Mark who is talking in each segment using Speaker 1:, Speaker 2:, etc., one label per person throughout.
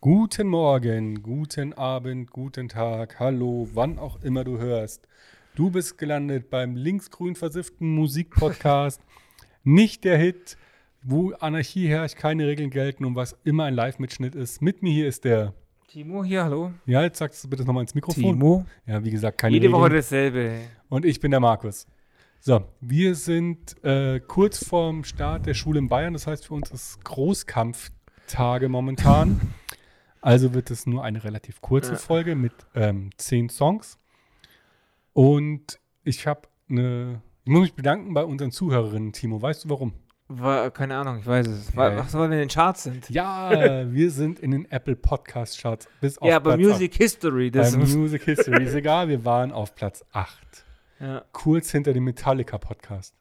Speaker 1: Guten Morgen, guten Abend, guten Tag, hallo, wann auch immer du hörst. Du bist gelandet beim linksgrün versifften Musikpodcast. Nicht der Hit, wo Anarchie herrscht, keine Regeln gelten und was immer ein Live-Mitschnitt ist. Mit mir hier ist der.
Speaker 2: Timo hier, hallo.
Speaker 1: Ja, jetzt sagst du bitte nochmal ins Mikrofon.
Speaker 2: Timo.
Speaker 1: Ja, wie gesagt, keine
Speaker 2: Jede
Speaker 1: Regeln.
Speaker 2: Woche dasselbe.
Speaker 1: Und ich bin der Markus. So, wir sind äh, kurz vorm Start der Schule in Bayern. Das heißt, für uns ist Großkampftage momentan. Also wird es nur eine relativ kurze
Speaker 2: Ja.
Speaker 1: Folge mit ähm, zehn Songs. Und ich habe eine. Ich muss mich bedanken bei unseren Zuhörerinnen, Timo. Weißt du warum?
Speaker 2: War, keine Ahnung, ich weiß es. War,
Speaker 1: Ja.
Speaker 2: Ach so, weil wir in den Charts sind.
Speaker 1: Ja, wir sind in den Apple Podcast Charts bis auf
Speaker 2: ja, aber
Speaker 1: Platz
Speaker 2: Music History,
Speaker 1: acht.
Speaker 2: das
Speaker 1: Bei
Speaker 2: muss.
Speaker 1: Music History ist egal. Wir waren auf Platz 8.
Speaker 2: Ja,
Speaker 1: Kurz hinter dem Metallica Podcast.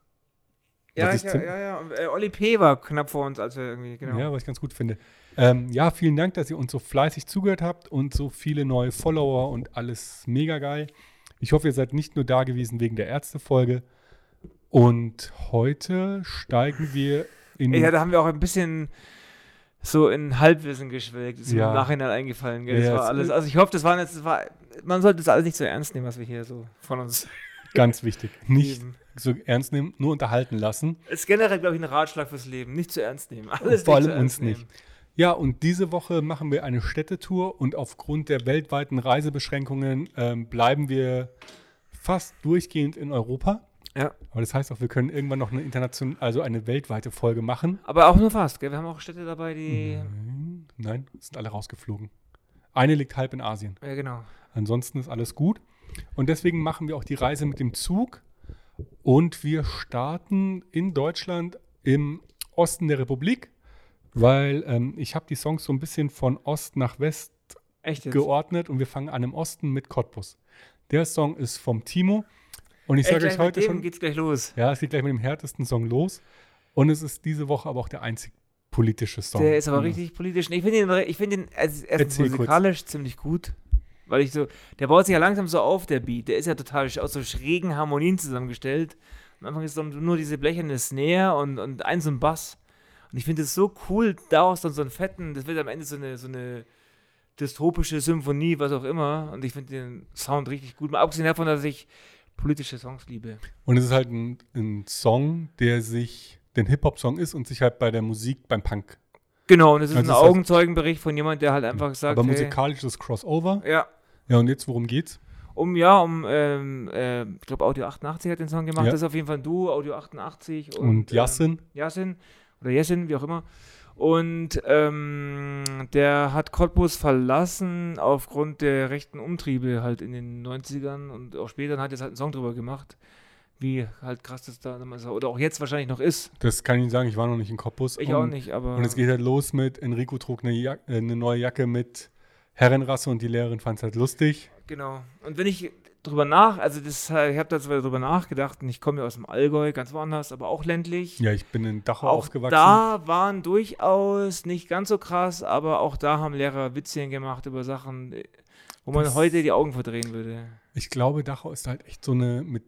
Speaker 2: ja,
Speaker 1: Das ist
Speaker 2: ich, ja,
Speaker 1: ziemlich-
Speaker 2: ja, ja. Und, äh, Oli P. war knapp vor uns, als wir irgendwie, genau.
Speaker 1: Ja, was ich ganz gut finde. Ähm, ja, vielen Dank, dass ihr uns so fleißig zugehört habt und so viele neue Follower und alles mega geil. Ich hoffe, ihr seid nicht nur da gewesen wegen der Ärztefolge. Und heute steigen wir in.
Speaker 2: ja, da haben wir auch ein bisschen so in Halbwissen geschwelgt. Ist mir
Speaker 1: Ja.
Speaker 2: im Nachhinein eingefallen, gell? Das
Speaker 1: Ja,
Speaker 2: war
Speaker 1: es
Speaker 2: alles.
Speaker 1: ist-
Speaker 2: Also ich hoffe, das waren jetzt, das war, man sollte das alles nicht so ernst nehmen, was wir hier so von uns
Speaker 1: ganz wichtig. Nicht
Speaker 2: geben.
Speaker 1: so ernst nehmen, nur unterhalten lassen.
Speaker 2: Ist generell, glaube ich, ein Ratschlag fürs Leben. Nicht zu ernst nehmen. Alles
Speaker 1: vor
Speaker 2: nicht
Speaker 1: allem
Speaker 2: zu ernst
Speaker 1: uns nicht.
Speaker 2: nehmen.
Speaker 1: Ja, und diese Woche machen wir eine Städtetour und aufgrund der weltweiten Reisebeschränkungen ähm, bleiben wir fast durchgehend in Europa.
Speaker 2: Ja.
Speaker 1: Aber das heißt auch, wir können irgendwann noch eine internationale, also eine weltweite Folge machen.
Speaker 2: Aber auch nur fast, gell? Wir haben auch Städte dabei, die.
Speaker 1: Mhm. Nein, Nein, sind alle rausgeflogen. Eine liegt halb in Asien.
Speaker 2: Ja, genau.
Speaker 1: Ansonsten ist alles gut. Und deswegen machen wir auch die Reise mit dem Zug. Und wir starten in Deutschland im Osten der Republik, weil ähm, ich habe die Songs so ein bisschen von Ost nach West
Speaker 2: Echt jetzt?
Speaker 1: geordnet und wir fangen an im Osten mit Cottbus. Der Song ist vom Timo. Und ich
Speaker 2: Ey,
Speaker 1: sage
Speaker 2: gleich
Speaker 1: euch
Speaker 2: mit
Speaker 1: heute
Speaker 2: dem
Speaker 1: schon,
Speaker 2: geht's gleich los.
Speaker 1: ja, es geht gleich mit dem härtesten Song los. Und es ist diese Woche aber auch der einzig politische Song. Mhm.
Speaker 2: Der ist aber
Speaker 1: Ja.
Speaker 2: richtig politisch. Ich finde ihn, re- ich finde ihn also erstens
Speaker 1: Erzähl kurz.
Speaker 2: musikalisch ziemlich gut. Weil ich so, der baut sich ja langsam so auf, der Beat. Der ist ja total sch- aus so schrägen Harmonien zusammengestellt. Am Anfang ist so nur diese blecherne Snare und, und ein so ein Bass. Und ich finde es so cool, daraus dann so einen fetten, das wird am Ende so eine, so eine dystopische Symphonie, was auch immer. Und ich finde den Sound richtig gut. Mal abgesehen davon, dass ich politische Songs liebe.
Speaker 1: Und es ist halt ein, ein Song, der sich, den Hip-Hop-Song ist und sich halt bei der Musik, beim Punk.
Speaker 2: Genau, und es ist
Speaker 1: Also
Speaker 2: ein
Speaker 1: es ist halt-
Speaker 2: Augenzeugenbericht von jemand, der halt einfach sagt,
Speaker 1: aber
Speaker 2: hey,
Speaker 1: musikalisches Crossover.
Speaker 2: ja,
Speaker 1: Ja, und jetzt, worum geht's?
Speaker 2: um ja, um ähm, äh, ich glaube Audio 88 hat den Song gemacht,
Speaker 1: Ja.
Speaker 2: das ist auf jeden Fall ein Duo, Audio 88 und,
Speaker 1: Und, Yassin,
Speaker 2: Ähm, Yassin oder Yassin, wie auch immer. Und ähm, der hat Cottbus verlassen aufgrund der rechten Umtriebe halt in den 90ern und auch später und hat jetzt halt einen Song drüber gemacht, wie halt krass das da damals war. oder auch jetzt wahrscheinlich noch ist.
Speaker 1: das kann ich nicht sagen, ich war noch nicht in Cottbus.
Speaker 2: Ich
Speaker 1: und,
Speaker 2: auch nicht, aber
Speaker 1: Und es geht halt los mit, Enrico trug eine, Jac äh, eine neue Jacke mit Herrenrasse und die Lehrerin fand es halt lustig.
Speaker 2: Genau. Und wenn ich drüber nach, also das, äh, ich habe da zwar drüber nachgedacht und ich komme ja aus dem Allgäu, ganz woanders, aber auch ländlich.
Speaker 1: Ja, ich bin in Dachau
Speaker 2: auch
Speaker 1: aufgewachsen.
Speaker 2: da waren durchaus nicht ganz so krass, aber auch da haben Lehrer Witzchen gemacht über Sachen, äh, wo man
Speaker 1: Das-
Speaker 2: heute die Augen verdrehen würde.
Speaker 1: Ich glaube, Dachau ist halt echt so eine, mit,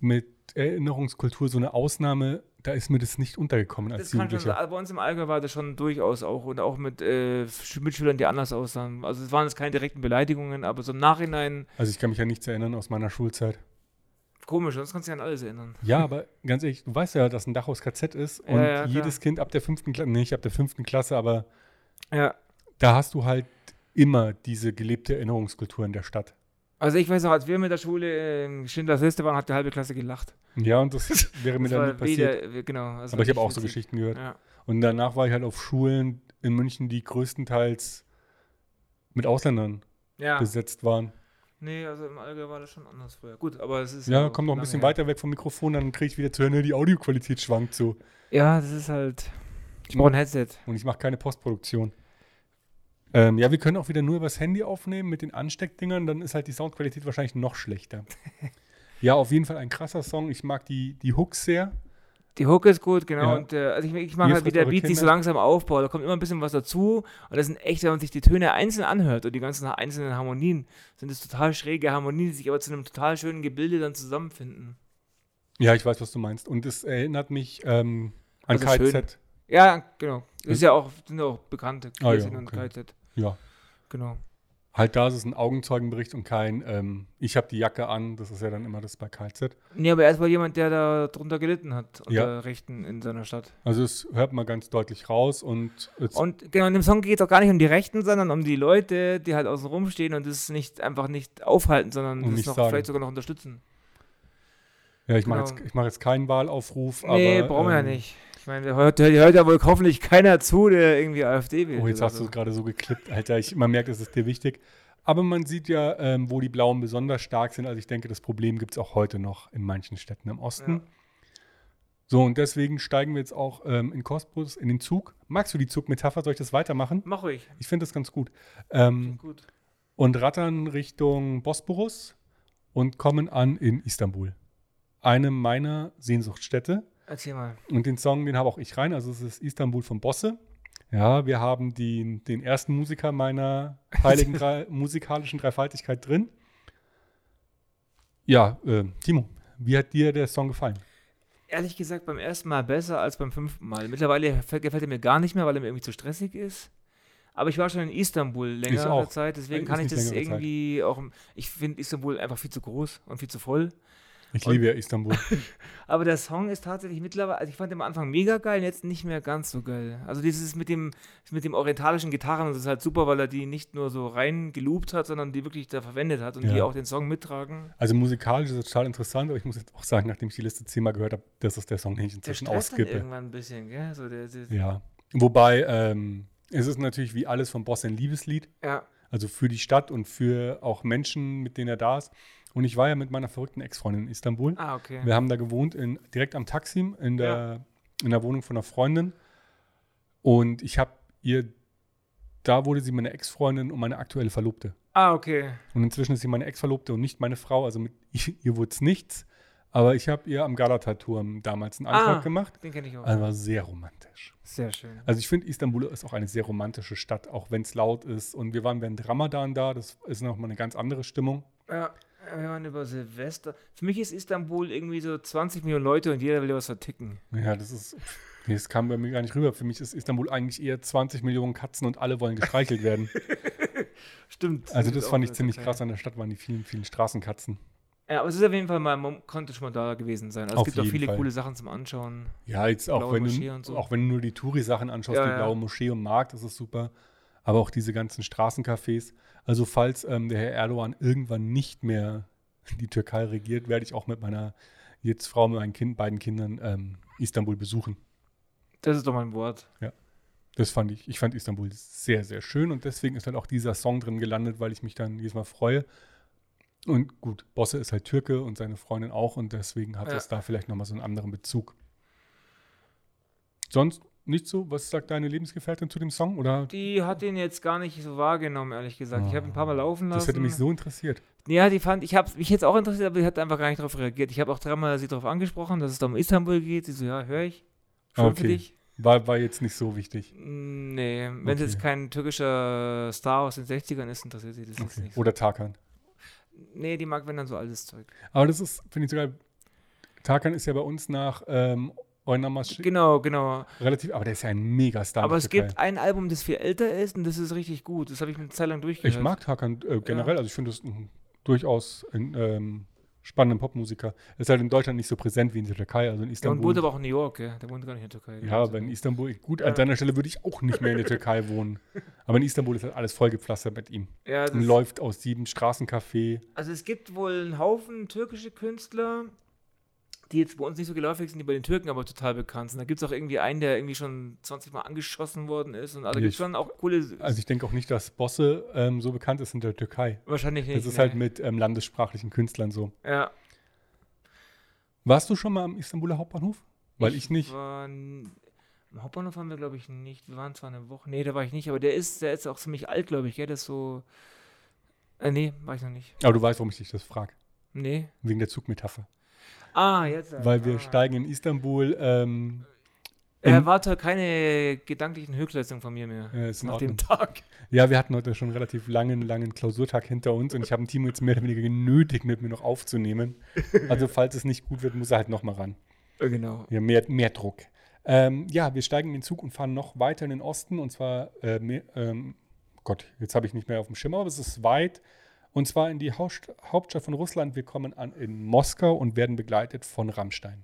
Speaker 1: mit Erinnerungskultur, so eine Ausnahme. Da ist mir das nicht untergekommen als
Speaker 2: Das kann schon,
Speaker 1: Jugendlicher.
Speaker 2: sein. bei uns im Allgäu war das schon durchaus auch und auch mit äh, Sch- Mitschülern, die anders aussahen. Also es waren jetzt keine direkten Beleidigungen, aber so im Nachhinein
Speaker 1: Also ich kann mich ja nichts erinnern aus meiner Schulzeit.
Speaker 2: komisch, sonst kannst du dich an alles erinnern.
Speaker 1: Ja, aber ganz ehrlich, du weißt ja, dass ein Dachau das KZ ist
Speaker 2: Ja,
Speaker 1: und
Speaker 2: ja, klar.
Speaker 1: jedes Kind ab der fünften Klasse, nee, nicht ab der fünften Klasse, aber
Speaker 2: Ja.
Speaker 1: da hast du halt immer diese gelebte Erinnerungskultur in der Stadt.
Speaker 2: Also ich weiß noch, als wir mit der Schule in Schindlers Liste waren, hat die halbe Klasse gelacht.
Speaker 1: Ja, und das wäre mir
Speaker 2: Das
Speaker 1: dann
Speaker 2: war
Speaker 1: nie passiert.
Speaker 2: weder- genau, das
Speaker 1: Aber
Speaker 2: war
Speaker 1: ich habe
Speaker 2: nicht
Speaker 1: auch so
Speaker 2: witzig.
Speaker 1: Geschichten gehört.
Speaker 2: Ja.
Speaker 1: Und danach war ich halt auf Schulen in München, die größtenteils mit Ausländern
Speaker 2: ja.
Speaker 1: besetzt waren.
Speaker 2: Nee, also im Allgäu war das schon anders früher. Gut, aber es ist.
Speaker 1: Ja,
Speaker 2: auch
Speaker 1: komm noch ein
Speaker 2: lange
Speaker 1: bisschen
Speaker 2: her.
Speaker 1: weiter weg vom Mikrofon, dann kriege ich wieder zu hören, ne, die Audioqualität schwankt so.
Speaker 2: Ja, das ist halt.
Speaker 1: Hm.
Speaker 2: Ich brauche ein Headset.
Speaker 1: Und ich mache keine Postproduktion. Ähm, ja, wir können auch wieder nur übers Handy aufnehmen mit den Ansteckdingern, dann ist halt die Soundqualität wahrscheinlich noch schlechter. ja, auf jeden Fall ein krasser Song. Ich mag die, die Hooks sehr.
Speaker 2: Die Hook ist gut, genau.
Speaker 1: Ja.
Speaker 2: Und äh, also ich, ich mag
Speaker 1: Ihr
Speaker 2: halt, wie
Speaker 1: frisst
Speaker 2: der
Speaker 1: eure
Speaker 2: Beat sich so
Speaker 1: Kinder.
Speaker 2: langsam aufbaut. Da kommt immer ein bisschen was dazu. Und das sind echt, wenn man sich die Töne einzeln anhört und die ganzen einzelnen Harmonien, sind es total schräge Harmonien, die sich aber zu einem total schönen Gebilde dann zusammenfinden.
Speaker 1: Ja, ich weiß, was du meinst. Und es erinnert mich ähm, an
Speaker 2: Also
Speaker 1: KZ.
Speaker 2: schön. Ja, genau. Ist ja auch, sind ja auch bekannte
Speaker 1: Ah, ja,
Speaker 2: Kirsten und
Speaker 1: okay.
Speaker 2: KZ.
Speaker 1: Ja.
Speaker 2: Genau.
Speaker 1: Halt da ist es ein Augenzeugenbericht und kein, ähm, ich habe die Jacke an, das ist ja dann immer das bei KZ.
Speaker 2: Nee, aber erstmal jemand, der da drunter gelitten hat, unter
Speaker 1: Ja.
Speaker 2: Rechten in seiner Stadt.
Speaker 1: Also es hört man ganz deutlich raus und, es-
Speaker 2: Und genau, in dem Song geht es auch gar nicht um die Rechten, sondern um die Leute, die halt außen rumstehen und das nicht einfach nicht aufhalten, sondern
Speaker 1: Und
Speaker 2: das
Speaker 1: nicht
Speaker 2: noch,
Speaker 1: sagen.
Speaker 2: vielleicht sogar noch unterstützen.
Speaker 1: ja, ich mache
Speaker 2: genau.
Speaker 1: jetzt, ich mach jetzt keinen Wahlaufruf, aber.
Speaker 2: nee, brauchen wir
Speaker 1: ähm,
Speaker 2: ja nicht. Ich meine, hört, hört, hört ja wohl hoffentlich keiner zu, der irgendwie AfD will.
Speaker 1: Oh, jetzt
Speaker 2: oder
Speaker 1: hast du
Speaker 2: so.
Speaker 1: es gerade so geklippt, Alter. Ich, man merkt, es ist dir wichtig. Aber man sieht ja, ähm, wo die Blauen besonders stark sind. Also ich denke, das Problem gibt es auch heute noch in manchen Städten im Osten.
Speaker 2: Ja.
Speaker 1: So, und deswegen steigen wir jetzt auch ähm, in Cottbus in den Zug. Magst du die Zugmetapher? Soll ich das weitermachen?
Speaker 2: Mach ruhig.
Speaker 1: Ich finde das ganz gut. Ähm,
Speaker 2: Gut.
Speaker 1: und rattern Richtung Bosporus und kommen an in Istanbul. Eine meiner Sehnsuchtsstädte.
Speaker 2: Erzähl mal.
Speaker 1: Und den Song, den habe auch ich rein. Also es ist Istanbul von Bosse. Ja, wir haben den, den ersten Musiker meiner heiligen drei, musikalischen Dreifaltigkeit drin. Ja, äh, Timo, wie hat dir der Song gefallen?
Speaker 2: Ehrlich gesagt, beim ersten Mal besser als beim fünften Mal. Mittlerweile gefällt, gefällt er mir gar nicht mehr, weil er mir irgendwie zu stressig ist. Aber ich war schon in Istanbul längere
Speaker 1: auch.
Speaker 2: Zeit, deswegen
Speaker 1: Ist
Speaker 2: kann ich
Speaker 1: nicht
Speaker 2: das
Speaker 1: längere Zeit.
Speaker 2: irgendwie auch. Ich finde Istanbul einfach viel zu groß und viel zu voll.
Speaker 1: Ich liebe ja Istanbul.
Speaker 2: Aber der Song ist tatsächlich mittlerweile, also ich fand den am Anfang mega geil, jetzt nicht mehr ganz so geil. Also dieses mit dem, mit dem orientalischen Gitarren, das ist halt super, weil er die nicht nur so rein geloopt hat, sondern die wirklich da verwendet hat und
Speaker 1: Ja.
Speaker 2: die auch den Song mittragen.
Speaker 1: Also musikalisch ist es total interessant, aber ich muss jetzt auch sagen, nachdem ich die Liste zehnmal gehört habe, das ist der Song, den ich
Speaker 2: Der
Speaker 1: inzwischen
Speaker 2: stresst dann
Speaker 1: auskippe.
Speaker 2: irgendwann ein bisschen, gell? So der, der,
Speaker 1: Ja. Wobei, ähm, es ist natürlich wie alles von Bosse ein Liebeslied.
Speaker 2: ja.
Speaker 1: Also für die Stadt und für auch Menschen, mit denen er da ist. Und ich war ja mit meiner verrückten Ex-Freundin in Istanbul.
Speaker 2: Ah, okay.
Speaker 1: Wir haben da gewohnt, in, direkt am Taksim, in der, in der Wohnung von einer Freundin. Und ich habe ihr, da wurde sie meine Ex-Freundin und meine aktuelle Verlobte.
Speaker 2: Ah, okay.
Speaker 1: Und inzwischen ist sie meine Ex-Verlobte und nicht meine Frau. Also mit ihr wurde es nichts. Aber ich habe ihr am Galataturm damals einen Antrag
Speaker 2: Ah.
Speaker 1: gemacht.
Speaker 2: Den kenne ich auch.
Speaker 1: Also war sehr romantisch.
Speaker 2: Sehr schön.
Speaker 1: Also ich finde, Istanbul ist auch eine sehr romantische Stadt, auch wenn es laut ist. Und wir waren während Ramadan da, das ist nochmal eine ganz andere Stimmung.
Speaker 2: Ja, wir waren über Silvester. Für mich ist Istanbul irgendwie so 20 Millionen Leute und jeder will was verticken.
Speaker 1: Ja, das ist. Nee, das kam bei mir gar nicht rüber. Für mich ist Istanbul eigentlich eher 20 Millionen Katzen und alle wollen gestreichelt werden.
Speaker 2: Stimmt.
Speaker 1: Also
Speaker 2: sind
Speaker 1: das
Speaker 2: auch
Speaker 1: fand ich
Speaker 2: so
Speaker 1: ziemlich
Speaker 2: Teile.
Speaker 1: krass an der Stadt, waren die vielen, vielen Straßenkatzen.
Speaker 2: Ja, aber es ist auf jeden Fall mal, man konnte schon mal da gewesen sein. Also
Speaker 1: Auf
Speaker 2: es gibt auch
Speaker 1: jeden
Speaker 2: viele
Speaker 1: Fall.
Speaker 2: coole Sachen zum Anschauen.
Speaker 1: Ja, jetzt auch
Speaker 2: Blaue
Speaker 1: wenn,
Speaker 2: Moschee
Speaker 1: du,
Speaker 2: und so.
Speaker 1: auch wenn du nur die Touri-Sachen anschaust,
Speaker 2: Ja,
Speaker 1: die
Speaker 2: ja.
Speaker 1: blaue Moschee und Markt, das ist super. Aber auch diese ganzen Straßencafés. Also falls ähm, der Herr Erdogan irgendwann nicht mehr die Türkei regiert, werde ich auch mit meiner jetzt Frau, mit meinen kind, beiden Kindern ähm, Istanbul besuchen.
Speaker 2: Das ist doch mein Wort.
Speaker 1: Das fand ich, ich fand Istanbul sehr, sehr schön und deswegen ist halt auch dieser Song drin gelandet, weil ich mich dann jedes Mal freue. Und gut, Bosse ist halt Türke und seine Freundin auch und deswegen hat
Speaker 2: Ja.
Speaker 1: das da vielleicht nochmal so einen anderen Bezug. Sonst nicht so, was sagt deine Lebensgefährtin zu dem Song? Oder
Speaker 2: Die hat den jetzt gar nicht so wahrgenommen, ehrlich gesagt. Ich habe ihn ein paar Mal laufen lassen.
Speaker 1: das hätte mich so interessiert.
Speaker 2: Ja, die fand, ich habe mich jetzt auch interessiert, aber die hat einfach gar nicht darauf reagiert. Ich habe auch dreimal sie darauf angesprochen, dass es da um Istanbul geht. Sie so, ja, höre ich. Schön
Speaker 1: Okay.
Speaker 2: für dich. Hm,
Speaker 1: War, war jetzt nicht so wichtig.
Speaker 2: Nee, wenn es jetzt
Speaker 1: Okay.
Speaker 2: kein türkischer Star aus den 60ern ist, interessiert sie das jetzt
Speaker 1: Okay.
Speaker 2: nicht. so.
Speaker 1: Oder Tarkan.
Speaker 2: Nee, die mag, wenn dann so altes Zeug.
Speaker 1: Aber das ist, finde ich sogar, Tarkan ist ja bei uns nach ähm, Oynamas
Speaker 2: Genau, genau.
Speaker 1: relativ, aber der ist ja ein Megastar. in
Speaker 2: Aber
Speaker 1: der
Speaker 2: es
Speaker 1: Türkei.
Speaker 2: gibt ein Album, das viel älter ist und das ist richtig gut. Das habe ich eine Zeit lang durchgehört.
Speaker 1: Ich mag Hakan äh, generell, also ich finde das einen durchaus einen, ähm, spannenden Popmusiker. Ist halt in Deutschland nicht so präsent wie in der Türkei, also in
Speaker 2: Der wohnt wohnt
Speaker 1: Istanbul.
Speaker 2: aber auch in New York, gell? Der wohnt gar nicht in der Türkei.
Speaker 1: ja, aber in Istanbul, gut,
Speaker 2: Ja.
Speaker 1: an deiner Stelle würde ich auch nicht mehr in der Türkei wohnen. Aber in Istanbul ist halt alles vollgepflastert mit ihm.
Speaker 2: ja,
Speaker 1: Und
Speaker 2: das,
Speaker 1: läuft aus jedem Straßencafé.
Speaker 2: Also es gibt wohl einen Haufen türkische Künstler, die jetzt bei uns nicht so geläufig sind, die bei den Türken aber total bekannt sind. Da gibt es auch irgendwie einen, der irgendwie schon 20 Mal angeschossen worden ist. Und also
Speaker 1: Ja,
Speaker 2: gibt
Speaker 1: ich-
Speaker 2: schon auch coole.
Speaker 1: Also ich denke auch nicht, dass Bosse ähm, so bekannt ist in der Türkei.
Speaker 2: wahrscheinlich nicht.
Speaker 1: Das ist
Speaker 2: nee.
Speaker 1: halt mit ähm, landessprachlichen Künstlern so.
Speaker 2: Ja.
Speaker 1: Warst du schon mal am Istanbuler Hauptbahnhof? Weil ich, nicht.
Speaker 2: War, n- Im Hauptbahnhof waren wir, glaube ich, nicht. Wir waren zwar eine Woche. Nee, da war ich nicht, aber der ist, der ist auch ziemlich alt, glaube ich, gell? Der ist so. Äh, nee, war ich noch nicht.
Speaker 1: Aber du weißt, warum ich dich das frage.
Speaker 2: Nee.
Speaker 1: Wegen der Zugmetapher.
Speaker 2: Ah, jetzt. äh,
Speaker 1: Weil wir
Speaker 2: ah.
Speaker 1: steigen in Istanbul ähm,
Speaker 2: Er
Speaker 1: in-
Speaker 2: erwarte keine gedanklichen Höchstleistungen von mir mehr.
Speaker 1: Ja, ist in
Speaker 2: nach
Speaker 1: Ordnung.
Speaker 2: dem Tag.
Speaker 1: Ja, wir hatten heute schon einen relativ langen, langen Klausurtag hinter uns und ich habe Timo jetzt mehr oder weniger genötigt, mit mir noch aufzunehmen. Also falls es nicht gut wird, muss er halt nochmal ran.
Speaker 2: Äh, Genau.
Speaker 1: Ja, mehr, mehr Druck. Ähm, ja, wir steigen in den Zug und fahren noch weiter in den Osten und zwar äh, mehr, ähm, Gott, jetzt habe ich nicht mehr auf dem Schimmer, aber es ist weit. Und zwar in die Haust- Hauptstadt von Russland. Wir kommen an in Moskau und werden begleitet von Rammstein.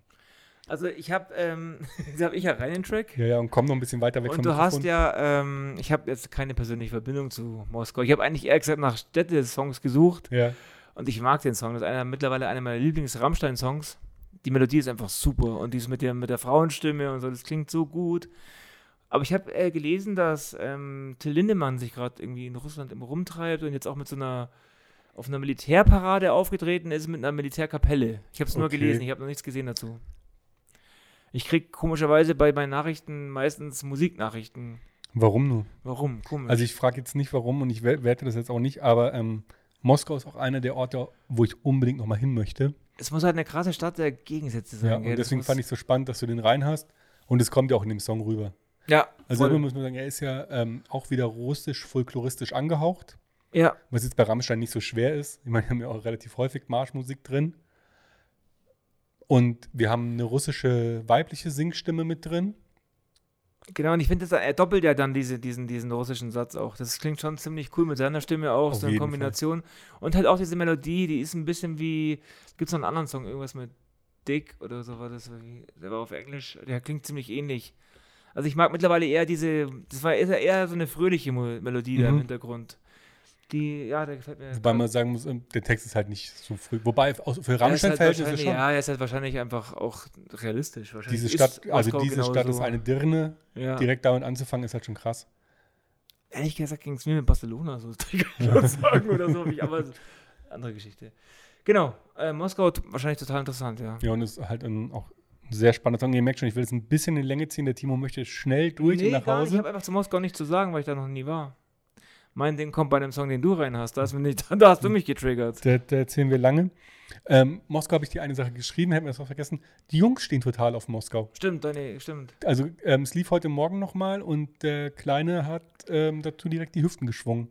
Speaker 2: Also ich habe, ähm, jetzt habe ich ja rein den Track.
Speaker 1: Ja, ja, und kommen noch ein bisschen weiter weg
Speaker 2: Und du hast ja, ähm, ich habe jetzt keine persönliche Verbindung zu Moskau. Ich habe eigentlich eher gesagt nach Städte-Songs gesucht
Speaker 1: ja.
Speaker 2: und ich mag den Song. Das ist einer, mittlerweile einer meiner Lieblings-Rammstein-Songs. Die Melodie ist einfach super und dies mit der, mit der Frauenstimme und so, das klingt so gut. Aber ich habe äh, gelesen, dass ähm, Till Lindemann sich gerade irgendwie in Russland immer rumtreibt und jetzt auch mit so einer, auf einer Militärparade aufgetreten ist, mit einer Militärkapelle. Ich habe es nur
Speaker 1: Okay.
Speaker 2: gelesen, ich habe noch nichts gesehen dazu. Ich kriege komischerweise bei meinen Nachrichten meistens Musiknachrichten.
Speaker 1: Warum nur?
Speaker 2: Warum? Komisch.
Speaker 1: Also ich frage jetzt nicht warum und ich wer- werte das jetzt auch nicht, aber ähm, Moskau ist auch einer der Orte, wo ich unbedingt nochmal hin möchte.
Speaker 2: es muss halt eine krasse Stadt der Gegensätze sein.
Speaker 1: Ja,
Speaker 2: gell?
Speaker 1: und
Speaker 2: Das
Speaker 1: deswegen
Speaker 2: muss-
Speaker 1: fand ich es so spannend, dass du den rein hast. Und es kommt ja auch in dem Song rüber.
Speaker 2: Ja,
Speaker 1: Also
Speaker 2: voll.
Speaker 1: immer muss man sagen, er ist ja ähm, auch wieder russisch, folkloristisch angehaucht,
Speaker 2: ja,
Speaker 1: was jetzt bei Rammstein nicht so schwer ist. Ich meine, wir haben ja auch relativ häufig Marschmusik drin. Und wir haben eine russische weibliche Singstimme mit drin.
Speaker 2: genau. Und ich finde, das- er doppelt ja dann diese, diesen, diesen russischen Satz auch. Das klingt schon ziemlich cool mit seiner Stimme auch,
Speaker 1: Auf
Speaker 2: so eine
Speaker 1: jeden Fall.
Speaker 2: Kombination. Und halt auch diese Melodie, die ist ein bisschen wie. Gibt es noch einen anderen Song, irgendwas mit Dick oder so war das? irgendwie. Der war auf Englisch. Der klingt ziemlich ähnlich. Also ich mag mittlerweile eher diese. Das war ist ja eher so eine fröhliche Mo- Melodie da im
Speaker 1: Mhm.
Speaker 2: Hintergrund. Die, ja, der gefällt mir.
Speaker 1: Wobei man sagen muss, ähm, der Text ist halt nicht so früh. Wobei auch für
Speaker 2: Er ist halt
Speaker 1: Rammstein-Verhältnisse
Speaker 2: wahrscheinlich-
Speaker 1: schon.
Speaker 2: Ja, er ist halt wahrscheinlich einfach auch realistisch. Wahrscheinlich
Speaker 1: Diese
Speaker 2: ist
Speaker 1: Stadt, also
Speaker 2: Moskau
Speaker 1: diese
Speaker 2: genau
Speaker 1: Stadt
Speaker 2: so.
Speaker 1: ist eine Dirne.
Speaker 2: Ja.
Speaker 1: Direkt damit anzufangen, ist halt schon krass.
Speaker 2: Ehrlich gesagt ging es mir mit Barcelona so, das kann ich mal sagen oder so, hab ich, aber andere Geschichte. Genau, äh, Moskau t- wahrscheinlich total interessant, ja.
Speaker 1: Ja, und ist halt ein, auch ein sehr spannender Song. Ihr merkt schon, ich will jetzt ein bisschen in Länge ziehen. Der Timo möchte schnell durch und nach
Speaker 2: gar nicht. Ich
Speaker 1: Hause.
Speaker 2: habe einfach zu Moskau nichts zu sagen, weil ich da noch nie war. Mein Ding kommt bei dem Song, den du rein hast. Da, ist mir nicht, da hast du
Speaker 1: Hm.
Speaker 2: mich getriggert.
Speaker 1: Da, da erzählen wir lange. Ähm, Moskau habe ich die eine Sache geschrieben, hätten wir das auch vergessen. Die Jungs stehen total auf Moskau.
Speaker 2: Stimmt, nee, stimmt.
Speaker 1: Also ähm, es lief heute Morgen nochmal und der Kleine hat ähm, dazu direkt die Hüften geschwungen.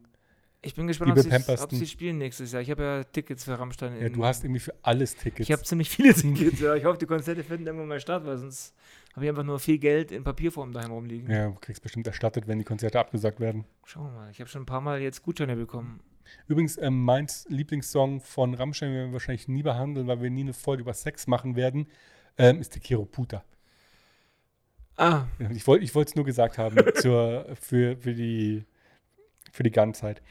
Speaker 2: Ich bin gespannt, ob
Speaker 1: Liebe
Speaker 2: sie, ob
Speaker 1: Pamperston.
Speaker 2: sie spielen nächstes Jahr. Ich habe ja Tickets für Rammstein.
Speaker 1: Ja,
Speaker 2: in-
Speaker 1: du hast irgendwie für alles Tickets.
Speaker 2: Mhm. ich habe ziemlich viele Tickets, ja. Ich hoffe, die Konzerte finden irgendwann mal statt, weil sonst habe ich einfach nur viel Geld in Papierform daheim rumliegen.
Speaker 1: ja, du kriegst bestimmt erstattet, wenn die Konzerte abgesagt werden.
Speaker 2: Schauen wir mal. Ich habe schon ein paar Mal jetzt Gutscheine bekommen.
Speaker 1: Übrigens, ähm, mein Lieblingssong von Rammstein, werden wir wahrscheinlich nie behandeln, weil wir nie eine Folge über Sex machen werden, ähm, ist Tekiro Puta.
Speaker 2: Ah,
Speaker 1: Ich wollte ich es nur gesagt haben zur, für, für, die, für die Ganzheit.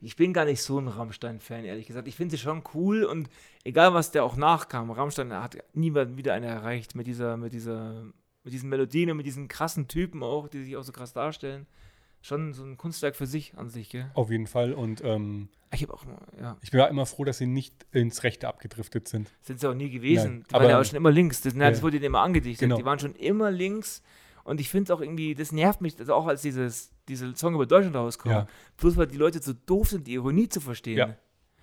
Speaker 2: Ich bin gar nicht so ein Rammstein-Fan, ehrlich gesagt. Ich finde sie schon cool und egal, was der auch nachkam, Rammstein hat niemand wieder einen erreicht mit dieser, mit dieser, mit diesen Melodien und mit diesen krassen Typen auch, die sich auch so krass darstellen. Schon so ein Kunstwerk für sich an sich, gell?
Speaker 1: Auf jeden Fall. Und ähm,
Speaker 2: Ich habe auch mal, ja.
Speaker 1: ich bin ja immer froh, dass sie nicht ins Rechte abgedriftet sind.
Speaker 2: Sind sie auch nie gewesen.
Speaker 1: Nein,
Speaker 2: die waren ja
Speaker 1: aber-
Speaker 2: auch schon immer links. Das, nein, das
Speaker 1: Ja.
Speaker 2: wurde ihnen immer angedichtet.
Speaker 1: Genau.
Speaker 2: Die waren schon immer links. Und ich finde es auch irgendwie, das nervt mich, also auch als dieses, diese Song über Deutschland rauskam.
Speaker 1: Ja.
Speaker 2: Bloß weil die Leute so doof sind, die Ironie zu verstehen.
Speaker 1: Ja.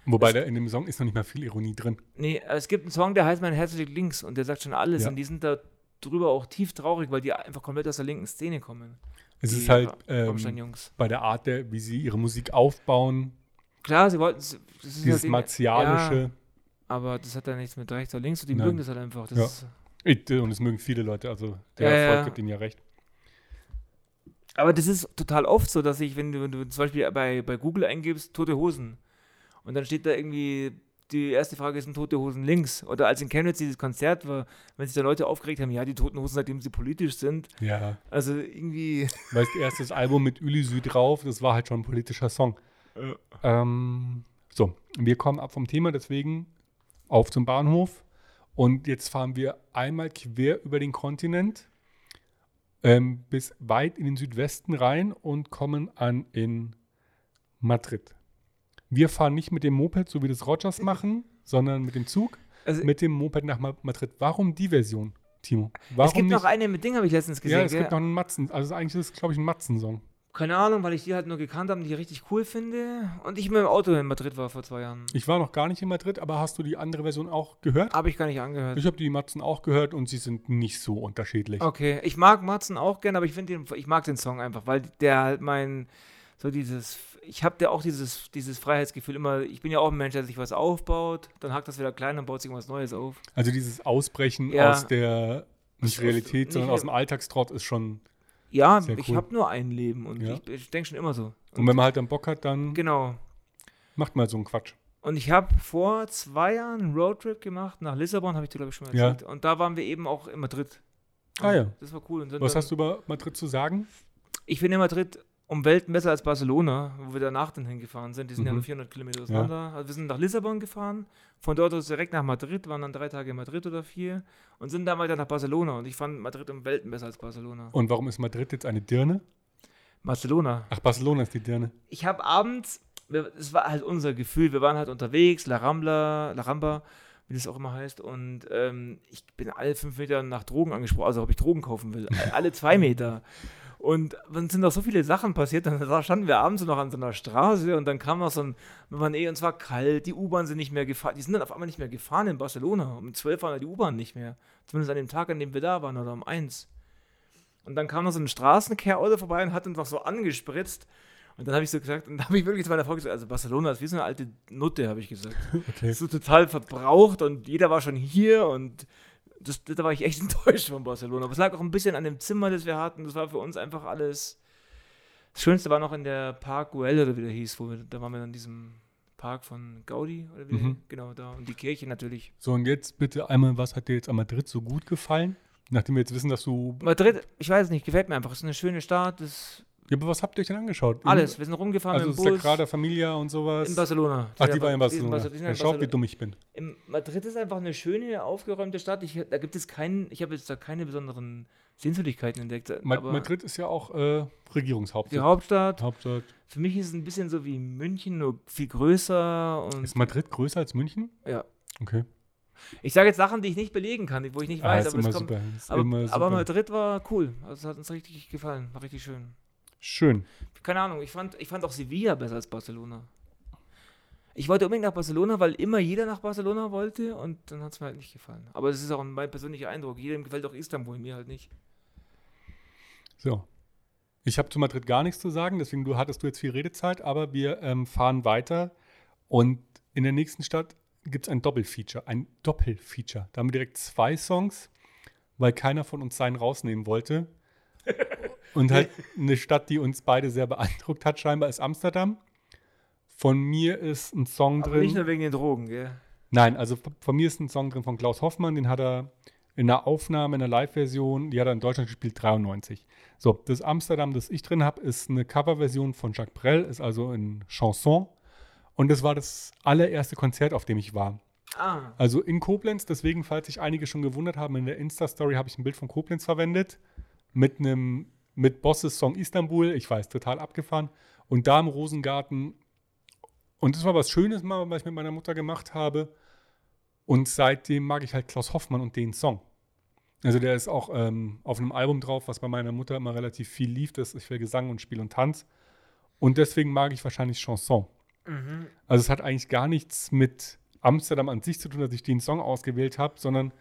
Speaker 1: Wobei
Speaker 2: Es-
Speaker 1: da in dem Song ist noch nicht mal viel Ironie drin.
Speaker 2: Nee, äh, es gibt einen Song, der heißt Mein Herz liegt links und der sagt schon alles
Speaker 1: Ja.
Speaker 2: und die sind da drüber auch tief traurig, weil die einfach komplett aus der linken Szene kommen.
Speaker 1: Es
Speaker 2: die
Speaker 1: ist halt
Speaker 2: Ra-
Speaker 1: ähm,
Speaker 2: Rammstein-Jungs.
Speaker 1: bei der Art, der, wie sie ihre Musik aufbauen,
Speaker 2: Klar, sie wollten es- das ist
Speaker 1: ähm, dieses
Speaker 2: halt ihnen- Ja,
Speaker 1: martialische.
Speaker 2: aber das hat ja nichts mit rechts oder links und die
Speaker 1: Nein.
Speaker 2: mögen das halt einfach. Das
Speaker 1: Ja.
Speaker 2: ist,
Speaker 1: Ich, äh, Und es mögen viele Leute, also der
Speaker 2: Ja,
Speaker 1: Erfolg
Speaker 2: ja.
Speaker 1: gibt ihnen ja recht.
Speaker 2: aber das ist total oft so, dass ich, wenn du, wenn du zum Beispiel bei, bei Google eingibst, tote Hosen und dann steht da irgendwie. Die erste Frage ist, sind tote Hosen links? Oder als in Chemnitz dieses Konzert war, wenn sich da Leute aufgeregt haben, ja, die toten Hosen, seitdem sie politisch sind.
Speaker 1: Ja.
Speaker 2: Also irgendwie.
Speaker 1: Weil das erstes Album mit Uli Süd drauf, das war halt schon ein politischer Song.
Speaker 2: Ja.
Speaker 1: Ähm, so, wir kommen ab vom Thema, deswegen auf zum Bahnhof. Und jetzt fahren wir einmal quer über den Kontinent ähm, bis weit in den Südwesten rein und kommen an in Madrid. Wir fahren nicht mit dem Moped, so wie das Rogers machen, sondern mit dem Zug,
Speaker 2: Also
Speaker 1: mit dem Moped nach Ma- Madrid. Warum die Version, Timo? Warum
Speaker 2: es gibt
Speaker 1: nicht?
Speaker 2: noch eine mit Ding, habe ich letztens gesehen.
Speaker 1: ja, es
Speaker 2: gell?
Speaker 1: gibt noch einen Matzen. Also eigentlich ist es, glaube ich, ein Matzen-Song.
Speaker 2: Keine Ahnung, weil ich die halt nur gekannt habe und die richtig cool finde. Und ich mit dem Auto in Madrid war vor zwei Jahren.
Speaker 1: Ich war noch gar nicht in Madrid, aber hast du die andere Version auch gehört?
Speaker 2: Habe ich gar nicht angehört.
Speaker 1: Ich habe die Matzen auch gehört und sie sind nicht so unterschiedlich.
Speaker 2: Okay, ich mag Matzen auch gern, aber ich finde den, ich mag den Song einfach, weil der halt mein, so dieses, ich habe ja auch dieses, dieses Freiheitsgefühl immer, ich bin ja auch ein Mensch, der sich was aufbaut, dann hackt das wieder klein und baut sich irgendwas Neues auf.
Speaker 1: Also dieses Ausbrechen
Speaker 2: Ja.
Speaker 1: aus der nicht
Speaker 2: Aus-
Speaker 1: Realität,
Speaker 2: nicht-
Speaker 1: sondern aus dem Alltagstrott ist schon.
Speaker 2: Ja,
Speaker 1: Sehr
Speaker 2: ich
Speaker 1: cool.
Speaker 2: habe nur ein Leben und
Speaker 1: Ja.
Speaker 2: ich, ich denke schon immer so.
Speaker 1: Und wenn man halt dann Bock hat, dann
Speaker 2: Genau.
Speaker 1: macht mal so einen Quatsch.
Speaker 2: Und ich habe vor zwei Jahren einen Roadtrip gemacht nach Lissabon, habe ich dir, glaube ich, schon mal
Speaker 1: Ja.
Speaker 2: erzählt. Und da waren wir eben auch in Madrid.
Speaker 1: Ah ja.
Speaker 2: Das war cool. Und sind
Speaker 1: Was
Speaker 2: dann-
Speaker 1: hast du über Madrid zu sagen?
Speaker 2: Ich finde Madrid um Welten besser als Barcelona, wo wir danach dann hingefahren sind. Die sind ja
Speaker 1: Mhm.
Speaker 2: nur 400 Kilometer auseinander. Also wir sind nach Lissabon gefahren, von dort aus direkt nach Madrid, waren dann drei Tage in Madrid oder vier und sind dann weiter nach Barcelona. Und ich fand Madrid um Welten besser als Barcelona.
Speaker 1: Und warum ist Madrid jetzt eine Dirne?
Speaker 2: Barcelona.
Speaker 1: Ach, Barcelona ist die Dirne.
Speaker 2: Ich habe abends, wir- es war halt unser Gefühl, wir waren halt unterwegs, La Rambla, La Ramba, wie das auch immer heißt. Und ähm, ich bin alle fünf Meter nach Drogen angesprochen, also ob ich Drogen kaufen will. Alle zwei Meter. Und dann sind auch so viele Sachen passiert. Dann da standen wir abends noch an so einer Straße und dann kam noch so ein, wir waren eh, und es war kalt, die U-Bahn sind nicht mehr gefahren. Die sind dann auf einmal nicht mehr gefahren in Barcelona. Um 12 waren die U-Bahn nicht mehr. Zumindest an dem Tag, an dem wir da waren oder um 1. Und dann kam noch so ein Straßenkehrauto vorbei und hat uns noch so angespritzt. Und dann habe ich so gesagt, und da habe ich wirklich zu meiner Frau gesagt, also Barcelona ist wie so eine alte Nutte, habe ich gesagt.
Speaker 1: Okay.
Speaker 2: Ist so total verbraucht und jeder war schon hier und das, da war ich echt enttäuscht von Barcelona. Aber es lag auch ein bisschen an dem Zimmer, das wir hatten. Das war für uns einfach alles. Das Schönste war noch in der Park Güell oder wie der hieß, wo wir, da waren wir dann in diesem Park von Gaudi oder wie der-
Speaker 1: Mhm.
Speaker 2: genau da und die Kirche natürlich.
Speaker 1: So, und jetzt bitte einmal, was hat dir jetzt an Madrid so gut gefallen? Nachdem wir jetzt wissen, dass du.
Speaker 2: Madrid, ich weiß nicht, gefällt mir einfach. Es ist eine schöne Stadt, das
Speaker 1: Ja, aber was habt ihr euch denn angeschaut?
Speaker 2: alles. Wir sind rumgefahren
Speaker 1: Mhm. Also
Speaker 2: mit dem Bus
Speaker 1: Sagrada Familia und sowas.
Speaker 2: in Barcelona.
Speaker 1: Ach, die war in
Speaker 2: sind
Speaker 1: Barcelona.
Speaker 2: Barce- die sind
Speaker 1: Ja,
Speaker 2: in
Speaker 1: schaut, wie
Speaker 2: Barcelona.
Speaker 1: dumm ich bin.
Speaker 2: Im Madrid ist einfach eine schöne, aufgeräumte Stadt. Ich, da gibt es keinen, ich habe jetzt da keine besonderen Sehenswürdigkeiten entdeckt.
Speaker 1: Ma
Speaker 2: aber
Speaker 1: Madrid ist ja auch äh,
Speaker 2: die
Speaker 1: Regierungshauptstadt.
Speaker 2: Hauptstadt,
Speaker 1: Hauptstadt.
Speaker 2: für mich ist es ein bisschen so wie München, nur viel größer. Und
Speaker 1: Ist Madrid größer als München?
Speaker 2: Ja.
Speaker 1: Okay.
Speaker 2: ich sage jetzt Sachen, die ich nicht belegen kann, die- wo ich nicht
Speaker 1: Ah,
Speaker 2: weiß,
Speaker 1: ist
Speaker 2: aber
Speaker 1: immer
Speaker 2: es kommt.
Speaker 1: super. Ist
Speaker 2: Aber,
Speaker 1: immer
Speaker 2: aber
Speaker 1: super.
Speaker 2: Madrid war cool. Also es hat uns richtig gefallen, war richtig schön.
Speaker 1: Schön.
Speaker 2: Keine Ahnung, ich fand, ich fand auch Sevilla besser als Barcelona. Ich wollte unbedingt nach Barcelona, weil immer jeder nach Barcelona wollte und dann hat es mir halt nicht gefallen. Aber das ist auch mein persönlicher Eindruck. Jedem gefällt auch Istanbul, mir halt nicht.
Speaker 1: So. Ich habe zu Madrid gar nichts zu sagen, deswegen du, hattest du jetzt viel Redezeit, aber wir ähm, fahren weiter und in der nächsten Stadt gibt es ein Doppelfeature. Ein Doppelfeature. Da haben wir direkt zwei Songs, weil keiner von uns seinen rausnehmen wollte. Und halt eine Stadt, die uns beide sehr beeindruckt hat, scheinbar ist Amsterdam. Von mir ist ein Song
Speaker 2: Aber
Speaker 1: drin.
Speaker 2: nicht nur wegen den Drogen, gell?
Speaker 1: Nein, also v- von mir ist ein Song drin von Klaus Hoffmann, den hat er in einer Aufnahme, in einer Live-Version, die hat er in Deutschland gespielt, 93. So, das Amsterdam, das ich drin habe, ist eine Coverversion von Jacques Brel, ist also in Chanson. Und das war das allererste Konzert, auf dem ich war.
Speaker 2: Ah,
Speaker 1: Also in Koblenz, deswegen, falls sich einige schon gewundert haben, in der Insta-Story habe ich ein Bild von Koblenz verwendet. Mit einem, mit Bosses Song Istanbul, ich weiß, total abgefahren. Und da im Rosengarten. Und das war was Schönes mal, was ich mit meiner Mutter gemacht habe. Und seitdem mag ich halt Klaus Hoffmann und den Song. Also der ist auch ähm, auf einem Album drauf, was bei meiner Mutter immer relativ viel lief. Das ist für Gesang und Spiel und Tanz. Und deswegen mag ich wahrscheinlich Chanson.
Speaker 2: mhm.
Speaker 1: Also es hat eigentlich gar nichts mit Amsterdam an sich zu tun, dass ich den Song ausgewählt habe, sondern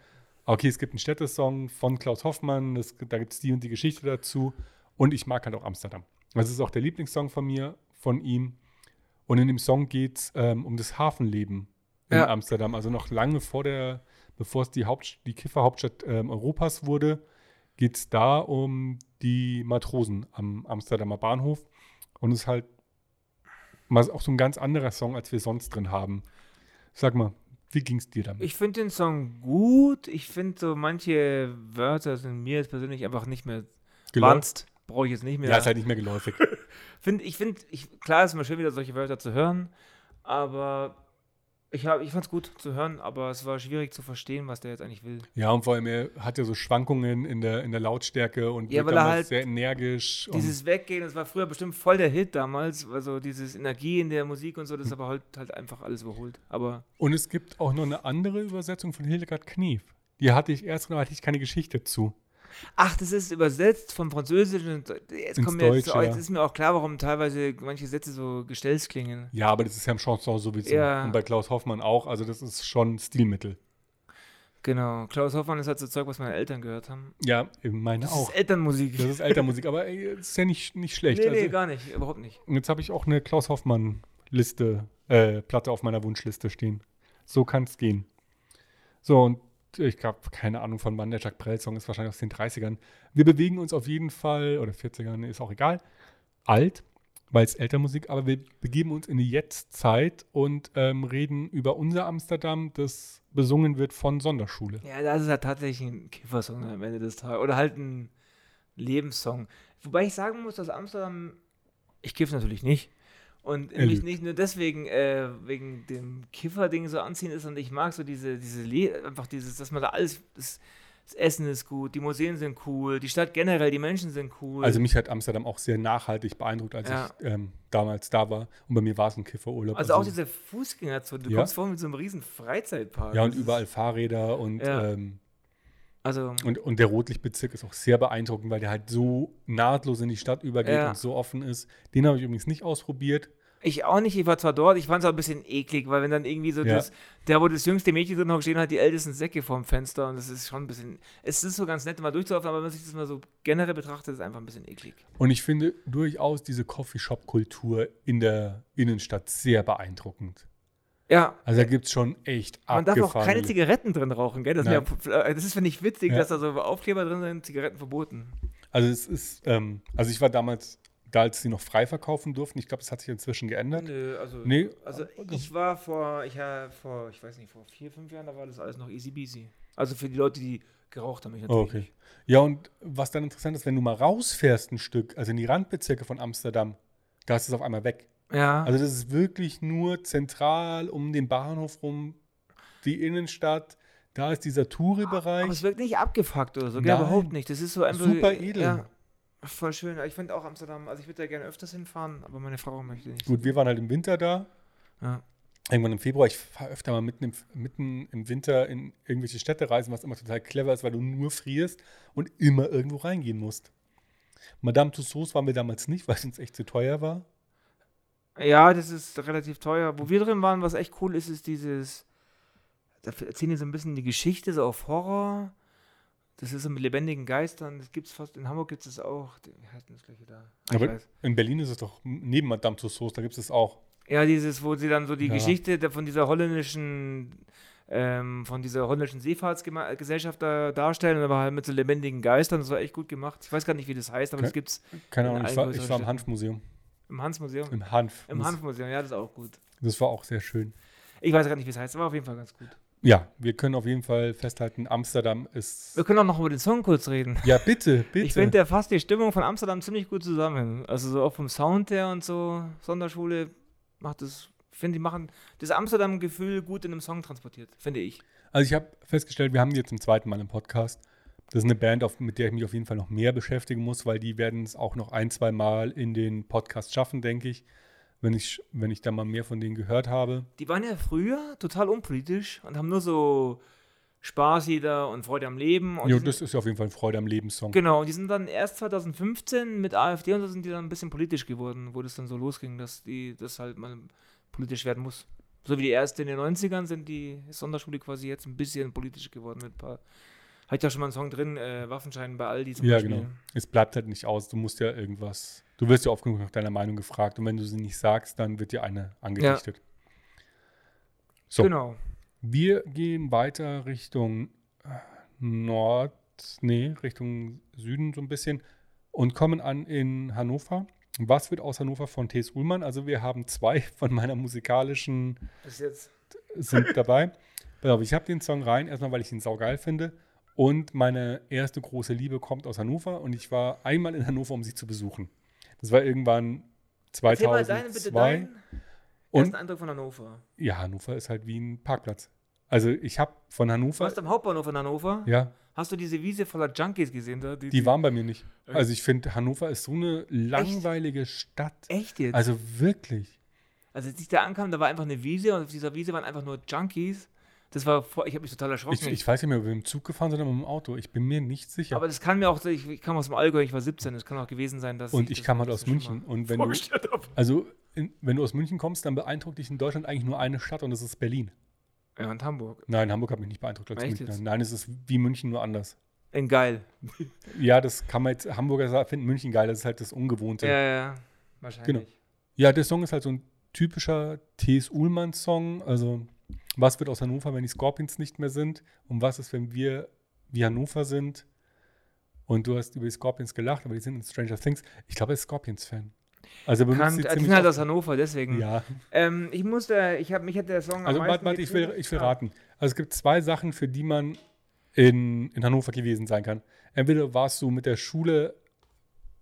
Speaker 1: okay, es gibt einen Städtesong von Klaus Hoffmann, das, da gibt es die und die Geschichte dazu und ich mag halt auch Amsterdam. Das ist auch der Lieblingssong von mir, von ihm. Und in dem Song geht es ähm, um das Hafenleben in
Speaker 2: Ja.
Speaker 1: Amsterdam. Also noch lange vor der, bevor es die, Haupt, die Kifferhauptstadt ähm, Europas wurde, geht es da um die Matrosen am Amsterdamer Bahnhof. Und es ist halt mal auch so ein ganz anderer Song, als wir sonst drin haben. Sag mal, wie ging es dir damit?
Speaker 2: Ich finde den Song gut. Ich finde so manche Wörter sind mir jetzt persönlich einfach nicht mehr.
Speaker 1: Geläufig?
Speaker 2: Wanst brauche ich jetzt nicht mehr.
Speaker 1: Ja, ist halt nicht mehr geläufig.
Speaker 2: Find, ich finde, ich, klar ist immer schön, wieder solche Wörter zu hören, aber ich, hab- ich fand es gut zu hören, aber es war schwierig zu verstehen, was der jetzt eigentlich will.
Speaker 1: ja, und vor allem, er hat ja so Schwankungen in der, in der Lautstärke und wirkt
Speaker 2: Ja, weil er
Speaker 1: damals
Speaker 2: halt
Speaker 1: sehr energisch. und,
Speaker 2: Dieses Weggehen, das war früher bestimmt voll der Hit damals, also dieses Energie in der Musik und so, das ist aber halt, halt einfach alles überholt. Aber
Speaker 1: und es gibt auch noch eine andere Übersetzung von Hildegard Knief. Die hatte ich erst, da hatte ich keine Geschichte zu.
Speaker 2: Ach, das ist übersetzt vom Französischen. und Jetzt,
Speaker 1: Ins
Speaker 2: kommt mir jetzt,
Speaker 1: Deutsche,
Speaker 2: jetzt
Speaker 1: ja.
Speaker 2: ist mir auch klar, warum teilweise manche Sätze so gestelzt klingen.
Speaker 1: Ja, aber das ist ja im Chanson sowieso.
Speaker 2: Ja.
Speaker 1: Und bei Klaus Hoffmann auch. Also, das ist schon Stilmittel.
Speaker 2: Genau. Klaus Hoffmann ist halt so Zeug, was meine Eltern gehört haben.
Speaker 1: Ja, eben meine
Speaker 2: Das
Speaker 1: auch.
Speaker 2: ist Elternmusik.
Speaker 1: Das ist Eltermusik, aber ey, ist ja nicht, nicht schlecht.
Speaker 2: nee,
Speaker 1: also,
Speaker 2: nee, gar nicht. Überhaupt nicht.
Speaker 1: Und Jetzt habe ich auch eine Klaus Hoffmann-Liste, äh, Platte auf meiner Wunschliste stehen. So kann es gehen. So, und ich habe keine Ahnung von wann der Jacques Brel-Song ist, wahrscheinlich aus den 30ern. Wir bewegen uns auf jeden Fall, oder 40ern, ist auch egal, alt. weil es älter Musik, aber wir begeben uns in die Jetztzeit und ähm, reden über unser Amsterdam, das besungen wird von Sonderschule.
Speaker 2: Ja, das ist ja tatsächlich ein Kiffersong am Ende des Tages. Oder halt ein Lebenssong. Wobei ich sagen muss, dass Amsterdam, ich kiff natürlich nicht. Und
Speaker 1: Er
Speaker 2: mich
Speaker 1: lügt.
Speaker 2: nicht nur deswegen, äh, wegen dem Kiffer-Ding so anziehen ist, und ich mag so diese, diese, Le einfach dieses, dass man da alles, das, das Essen ist gut, die Museen sind cool, die Stadt generell, die Menschen sind cool.
Speaker 1: Also mich hat Amsterdam auch sehr nachhaltig beeindruckt, als
Speaker 2: Ja.
Speaker 1: ich ähm, damals da war. Und bei mir war es ein Kifferurlaub.
Speaker 2: Also auch diese Fußgängerzone, du
Speaker 1: Ja.
Speaker 2: kommst vor mit so einem riesen Freizeitpark.
Speaker 1: ja, und
Speaker 2: Das ist-
Speaker 1: überall Fahrräder und,
Speaker 2: Ja.
Speaker 1: ähm,
Speaker 2: Also,
Speaker 1: und, und der Rotlichtbezirk ist auch sehr beeindruckend, weil der halt so nahtlos in die Stadt übergeht
Speaker 2: Ja.
Speaker 1: und so offen ist. Den habe ich übrigens nicht ausprobiert.
Speaker 2: ich auch nicht, ich war zwar dort, ich fand es auch ein bisschen eklig, weil wenn dann irgendwie so
Speaker 1: Ja.
Speaker 2: das, der, wo das jüngste Mädchen drin noch stehen hat, die ältesten Säcke vorm Fenster und das ist schon ein bisschen, es ist so ganz nett, mal durchzulaufen, aber wenn man sich das mal so generell betrachtet, ist es einfach ein bisschen eklig.
Speaker 1: Und ich finde durchaus diese Coffeeshop-Kultur in der Innenstadt sehr beeindruckend.
Speaker 2: Ja,
Speaker 1: Also da gibt es schon echt
Speaker 2: man darf
Speaker 1: abgefahrene...
Speaker 2: auch keine Zigaretten drin rauchen, gell? Das, ist
Speaker 1: Nein.
Speaker 2: mir- äh, das ist, finde ich, witzig,
Speaker 1: Ja.
Speaker 2: dass da so Aufkleber drin sind, Zigaretten verboten.
Speaker 1: Also es ist, ähm, also ich war damals da, als sie noch frei verkaufen durften. Ich glaube, das hat sich inzwischen geändert.
Speaker 2: Nö, also,
Speaker 1: Nee.
Speaker 2: also ich war vor, ich hab vor, ich weiß nicht, vor vier, fünf Jahren, da war das alles noch easy peasy. Also für die Leute, die geraucht haben, ich natürlich.
Speaker 1: Oh, Okay. Ja, und was dann interessant ist, wenn du mal rausfährst ein Stück, also in die Randbezirke von Amsterdam, da ist es auf einmal weg.
Speaker 2: Ja.
Speaker 1: Also das ist wirklich nur zentral um den Bahnhof rum, die Innenstadt, da ist dieser
Speaker 2: aber
Speaker 1: Touri-Bereich.
Speaker 2: es wirkt nicht abgefuckt oder so, gell?
Speaker 1: Nein.
Speaker 2: überhaupt nicht. Das ist so einfach. äh,
Speaker 1: Super edel.
Speaker 2: Ja, voll schön. Ich finde auch Amsterdam, also ich würde da gerne öfters hinfahren, aber meine Frau möchte nicht.
Speaker 1: Gut, wir waren halt im Winter da,
Speaker 2: Ja.
Speaker 1: irgendwann im Februar. Ich fahre öfter mal mitten im, mitten im Winter in irgendwelche Städte reisen, was immer total clever ist, weil du nur frierst und immer irgendwo reingehen musst. Madame Tussauds waren wir damals nicht, weil es uns echt zu teuer war.
Speaker 2: Ja, das ist relativ teuer. Wo wir drin waren, was echt cool ist, ist dieses. Da f- erzählen die so ein bisschen die Geschichte, so auf Horror. Das ist so mit lebendigen Geistern. Das gibt's fast. In Hamburg gibt es auch. Die- Wie heißt denn das gleiche da? Ah, ich
Speaker 1: Aber
Speaker 2: weiß.
Speaker 1: in Berlin ist es doch neben Madame Tussauds, da gibt es es auch.
Speaker 2: Ja, dieses, wo sie dann so die
Speaker 1: Ja.
Speaker 2: Geschichte da- von dieser holländischen. Ähm, von dieser holländischen Seefahrtsgesellschaft da darstellen, aber halt mit so lebendigen Geistern. Das war echt gut gemacht. Ich weiß gar nicht, wie das heißt, aber
Speaker 1: Okay.
Speaker 2: das gibt's
Speaker 1: Keine
Speaker 2: In
Speaker 1: Ahnung, ich
Speaker 2: allen
Speaker 1: war,
Speaker 2: größeren
Speaker 1: ich war im
Speaker 2: Städten.
Speaker 1: Hanfmuseum.
Speaker 2: im Hans-Museum.
Speaker 1: Im Hanf.
Speaker 2: Im
Speaker 1: das,
Speaker 2: Hans-Museum, ja, das ist auch gut.
Speaker 1: das war auch sehr schön.
Speaker 2: Ich weiß gar nicht, wie es heißt, aber auf jeden Fall ganz gut.
Speaker 1: Ja, wir können auf jeden Fall festhalten, Amsterdam ist.
Speaker 2: Wir können auch noch über den Song kurz reden.
Speaker 1: Ja, bitte, bitte.
Speaker 2: Ich finde, der fasst die Stimmung von Amsterdam ziemlich gut zusammen. Also so auch vom Sound her und so. Sonderschule macht das, finde ich, machen das Amsterdam-Gefühl gut in einem Song transportiert, finde ich.
Speaker 1: Also ich habe festgestellt, wir haben die jetzt zum zweiten Mal im Podcast. Das ist eine Band, auf, mit der ich mich auf jeden Fall noch mehr beschäftigen muss, weil die werden es auch noch ein, zwei Mal in den Podcast schaffen, denke ich. Wenn ich, wenn ich da mal mehr von denen gehört habe.
Speaker 2: Die waren ja früher total unpolitisch und haben nur so Spaßlieder und Freude am Leben. Und
Speaker 1: Jo,
Speaker 2: die sind,
Speaker 1: das ist ja auf jeden Fall ein Freude am Lebenssong.
Speaker 2: genau, und die sind dann erst 2015 mit AfD und so sind die dann ein bisschen politisch geworden, wo das dann so losging, dass die das halt mal politisch werden muss. So wie die erste in den 90ern sind die Sonderschule quasi jetzt ein bisschen politisch geworden mit ein paar. Hat ja schon mal einen Song drin, äh, Waffenschein bei Aldi zum
Speaker 1: Ja,
Speaker 2: Beispiel.
Speaker 1: genau. Es bleibt halt nicht aus. Du musst ja irgendwas. Du wirst ja oft genug nach deiner Meinung gefragt. Und wenn du sie nicht sagst, dann wird dir eine angedichtet. So,
Speaker 2: Genau.
Speaker 1: wir gehen weiter Richtung äh, Nord, nee, Richtung Süden so ein bisschen und kommen an in Hannover. Was wird aus Hannover von T.S. Ullmann? Also wir haben zwei von meiner musikalischen äh,
Speaker 2: Bis jetzt.
Speaker 1: sind dabei. Pass auf, ich habe den Song rein, erstmal, weil ich ihn saugeil finde. Und meine erste große Liebe kommt aus Hannover und ich war einmal in Hannover, um sie zu besuchen. Das war irgendwann
Speaker 2: Erzähl mal deinen, bitte
Speaker 1: 2002.
Speaker 2: deinen
Speaker 1: Und
Speaker 2: ersten Eindruck von Hannover.
Speaker 1: ja, Hannover ist halt wie ein Parkplatz. Also ich habe von
Speaker 2: Du
Speaker 1: Hannover,
Speaker 2: warst am Hauptbahnhof in Hannover.
Speaker 1: ja,
Speaker 2: Hast du diese Wiese voller Junkies gesehen? Da?
Speaker 1: die waren bei mir nicht. Also ich finde, Hannover ist so eine langweilige Stadt.
Speaker 2: Echt jetzt? Also
Speaker 1: Also wirklich.
Speaker 2: Als ich da ankam, da war einfach eine Wiese und auf dieser Wiese waren einfach nur Junkies. Das war voll, ich habe mich total erschrocken.
Speaker 1: Ich, ich weiß nicht mehr, ob wir im Zug gefahren sind oder mit dem Auto. Ich bin mir nicht sicher.
Speaker 2: aber das kann mir auch, ich, ich kam aus dem Allgäu, ich war 17, es kann auch gewesen sein, dass.
Speaker 1: und ich
Speaker 2: das
Speaker 1: kam halt
Speaker 2: so
Speaker 1: aus
Speaker 2: schlimm
Speaker 1: München.
Speaker 2: war.
Speaker 1: Und wenn du,
Speaker 2: Vorgestellt habe.
Speaker 1: Also, in, wenn du aus München kommst, dann beeindruckt dich in Deutschland eigentlich nur eine Stadt und das ist Berlin.
Speaker 2: Ja, und Hamburg.
Speaker 1: Nein, Hamburg hat mich nicht beeindruckt als
Speaker 2: Echt
Speaker 1: Münchner.
Speaker 2: jetzt?
Speaker 1: Nein, es ist wie München nur anders.
Speaker 2: In Geil.
Speaker 1: Ja, das kann man jetzt, Hamburger sa- finden München geil, das ist halt das Ungewohnte.
Speaker 2: Ja, ja, ja. Wahrscheinlich.
Speaker 1: Genau. Ja, der Song ist halt so ein typischer T.S. Ullmann-Song. Also, was wird aus Hannover, wenn die Scorpions nicht mehr sind? Und was ist, wenn wir wie Hannover sind? Und du hast über die Scorpions gelacht, aber die sind in Stranger Things. Ich glaube, er ist Scorpions-Fan. Also er benutzt
Speaker 2: Bekannt,
Speaker 1: sie
Speaker 2: äh, die
Speaker 1: ziemlich
Speaker 2: sind halt
Speaker 1: oft.
Speaker 2: aus Hannover, deswegen.
Speaker 1: Ja.
Speaker 2: Ähm, ich musste, ich habe mich hat der Song
Speaker 1: Also
Speaker 2: am
Speaker 1: warte,
Speaker 2: meisten
Speaker 1: warte, ich will,
Speaker 2: getriggert.
Speaker 1: ich will
Speaker 2: Ah.
Speaker 1: raten. Also es gibt zwei Sachen, für die man in, in Hannover gewesen sein kann. Entweder warst du mit der Schule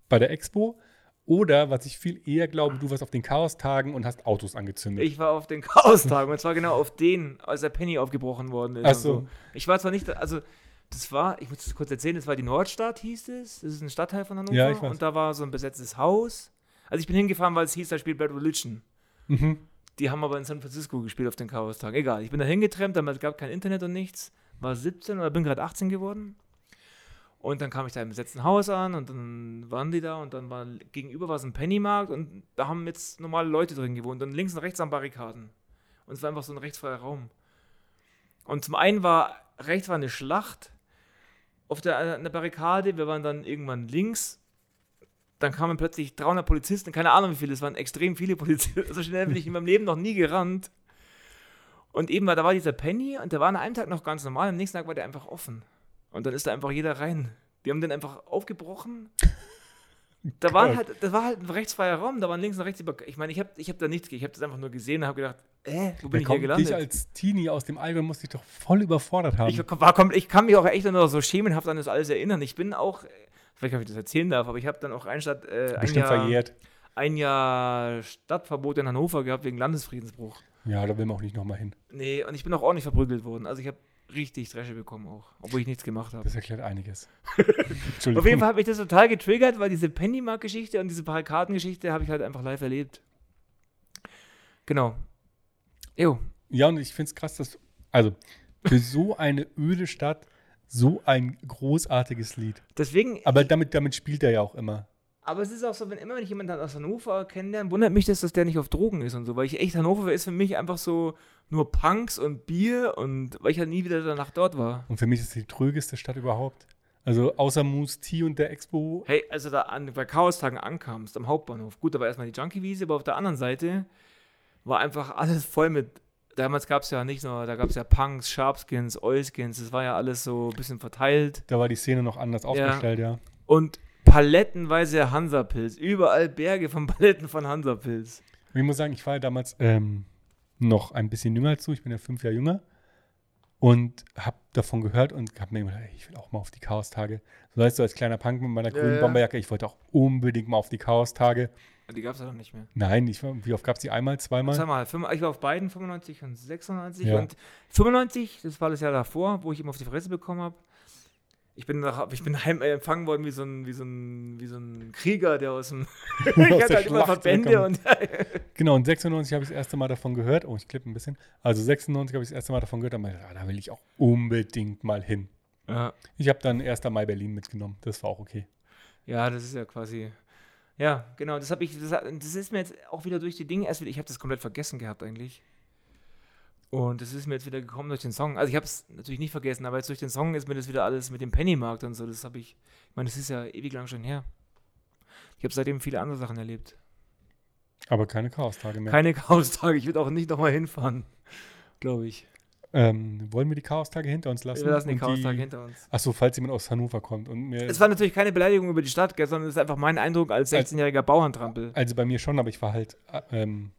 Speaker 1: bei der Expo oder, was ich viel eher glaube, du warst auf den Chaostagen und hast Autos angezündet.
Speaker 2: Ich war auf den Chaostagen und zwar genau auf den, als der Penny aufgebrochen worden ist.
Speaker 1: Ach
Speaker 2: und
Speaker 1: so.
Speaker 2: Ich war zwar nicht, also das war, ich muss das kurz erzählen, das war die Nordstadt, hieß es. Das ist ein Stadtteil von Hannover
Speaker 1: Ja, ich weiß.
Speaker 2: und da war so ein besetztes Haus. Also ich bin hingefahren, weil es hieß, da spielt Bad Religion.
Speaker 1: mhm.
Speaker 2: Die haben aber in San Francisco gespielt auf den Chaostagen. Egal, ich bin da hingetrennt, damals gab kein Internet und nichts. War 17 oder bin gerade 18 geworden. Und dann kam ich da im besetzten Haus an und dann waren die da und dann war gegenüber war so ein Pennymarkt und da haben jetzt normale Leute drin gewohnt und links und rechts an Barrikaden. Und es war einfach so ein rechtsfreier Raum. Und zum einen war rechts war eine Schlacht auf der, an der Barrikade, wir waren dann irgendwann links. Dann kamen plötzlich 300 Polizisten, keine Ahnung wie viele, es waren extrem viele Polizisten. So schnell bin ich in meinem Leben noch nie gerannt. Und eben war, da war dieser Penny und der war an einem Tag noch ganz normal, am nächsten Tag war der einfach offen. Und dann ist da einfach jeder rein. Die haben den einfach aufgebrochen. Da waren
Speaker 1: Gott.
Speaker 2: halt, das war halt ein rechtsfreier Raum, da waren links und rechts über. Ich meine, ich habe ich hab da nichts, ge- ich habe das einfach nur gesehen und habe gedacht, äh, wo bin
Speaker 1: Da
Speaker 2: ich hier
Speaker 1: kommt
Speaker 2: gelandet?
Speaker 1: dich als Teenie aus dem Allgäu muss dich doch voll überfordert haben.
Speaker 2: Ich, war, kom- ich kann mich auch echt nur so schemenhaft an das alles erinnern. Ich bin auch, äh, vielleicht ob ich das erzählen darf, aber ich habe dann auch ein, Stadt, äh, ein,
Speaker 1: Bestimmt
Speaker 2: Jahr,
Speaker 1: verjährt.
Speaker 2: ein Jahr Stadtverbot in Hannover gehabt wegen Landesfriedensbruch.
Speaker 1: Ja, da will man auch nicht nochmal hin.
Speaker 2: Nee, und ich bin auch ordentlich verprügelt worden. Also ich habe richtig Dresche bekommen auch, obwohl ich nichts gemacht habe.
Speaker 1: Das erklärt einiges.
Speaker 2: Auf jeden
Speaker 1: Entschuldigung.
Speaker 2: Fall hat mich das total getriggert, weil diese Pennymark-Geschichte und diese Barrikadengeschichte habe ich halt einfach live erlebt. Genau. Jo,
Speaker 1: Ja, und ich finde es krass, dass, also, für so eine öde Stadt so ein großartiges Lied.
Speaker 2: deswegen
Speaker 1: Aber damit, damit spielt er ja auch immer.
Speaker 2: Aber es ist auch so, wenn immer wenn ich jemanden aus Hannover kennenlerne, wundert mich das, dass der nicht auf Drogen ist und so, weil ich echt Hannover ist für mich einfach so nur Punks und Bier und weil ich halt nie wieder danach dort war.
Speaker 1: Und für mich ist es die trögeste Stadt überhaupt. Also außer Moose T und der Expo.
Speaker 2: Hey, als du da an, bei Chaostagen ankamst am Hauptbahnhof, gut, da war erstmal die Junkiewiese, aber auf der anderen Seite war einfach alles voll mit. Damals gab es ja nicht nur, da gab es ja Punks, Sharpskins, Oilskins, das war ja alles so ein bisschen verteilt.
Speaker 1: Da war die Szene noch anders aufgestellt, ja.
Speaker 2: Und palettenweise Hansapilz, überall Berge von Paletten von Hansapilz.
Speaker 1: Und ich muss sagen, ich war ja damals ähm, noch ein bisschen jünger als du. Ich bin ja fünf Jahre jünger. Und habe davon gehört und habe mir gedacht, ey, ich will auch mal auf die Chaostage. So heißt so als kleiner Punk mit meiner
Speaker 2: Ja,
Speaker 1: grünen
Speaker 2: ja.
Speaker 1: Bomberjacke, ich wollte auch unbedingt mal auf die Chaostage.
Speaker 2: Die gab es ja noch nicht mehr.
Speaker 1: Nein, ich war, wie oft gab es die einmal, zweimal?
Speaker 2: Sag mal, fünf- ich war auf beiden 95 und 96
Speaker 1: Ja.
Speaker 2: und 95, das war das Jahr davor, wo ich ihm auf die Fresse bekommen habe. Ich bin, nach, ich bin heim, äh, empfangen worden wie so, ein, wie, so ein, wie so ein Krieger, der aus dem. ich
Speaker 1: der
Speaker 2: hatte halt
Speaker 1: Schlacht
Speaker 2: immer Verbände
Speaker 1: zurückkommt.
Speaker 2: und.
Speaker 1: Genau, und 96 habe ich das erste Mal davon gehört. Oh, ich klippe ein bisschen. Also 96 habe ich das erste Mal davon gehört. Und ah, da will ich auch unbedingt mal hin.
Speaker 2: ja.
Speaker 1: Ich habe dann 1. Mai Berlin mitgenommen. Das war auch okay.
Speaker 2: ja, das ist ja quasi. Ja, genau, das habe ich. Das, hat- das ist mir jetzt auch wieder durch die Dinge erst wieder. Ich habe das komplett vergessen gehabt eigentlich. Und das ist mir jetzt wieder gekommen durch den Song. Also ich habe es natürlich nicht vergessen, aber jetzt durch den Song ist mir das wieder alles mit dem Pennymarkt und so. Das habe ich, ich meine, das ist ja ewig lang schon her. Ich habe seitdem viele andere Sachen erlebt.
Speaker 1: Aber keine Chaostage mehr.
Speaker 2: Keine Chaostage, ich würde auch nicht nochmal hinfahren, glaube ich.
Speaker 1: ähm, wollen wir die Chaostage hinter uns lassen?
Speaker 2: Wir lassen den
Speaker 1: Und
Speaker 2: Chaostage hinter uns.
Speaker 1: Achso, falls jemand aus Hannover kommt und mir.
Speaker 2: Es war natürlich keine Beleidigung über die Stadt, gell, sondern es ist einfach mein Eindruck als 16-jähriger Bauerntrampel.
Speaker 1: also bei mir schon, aber ich war halt äh, ähm,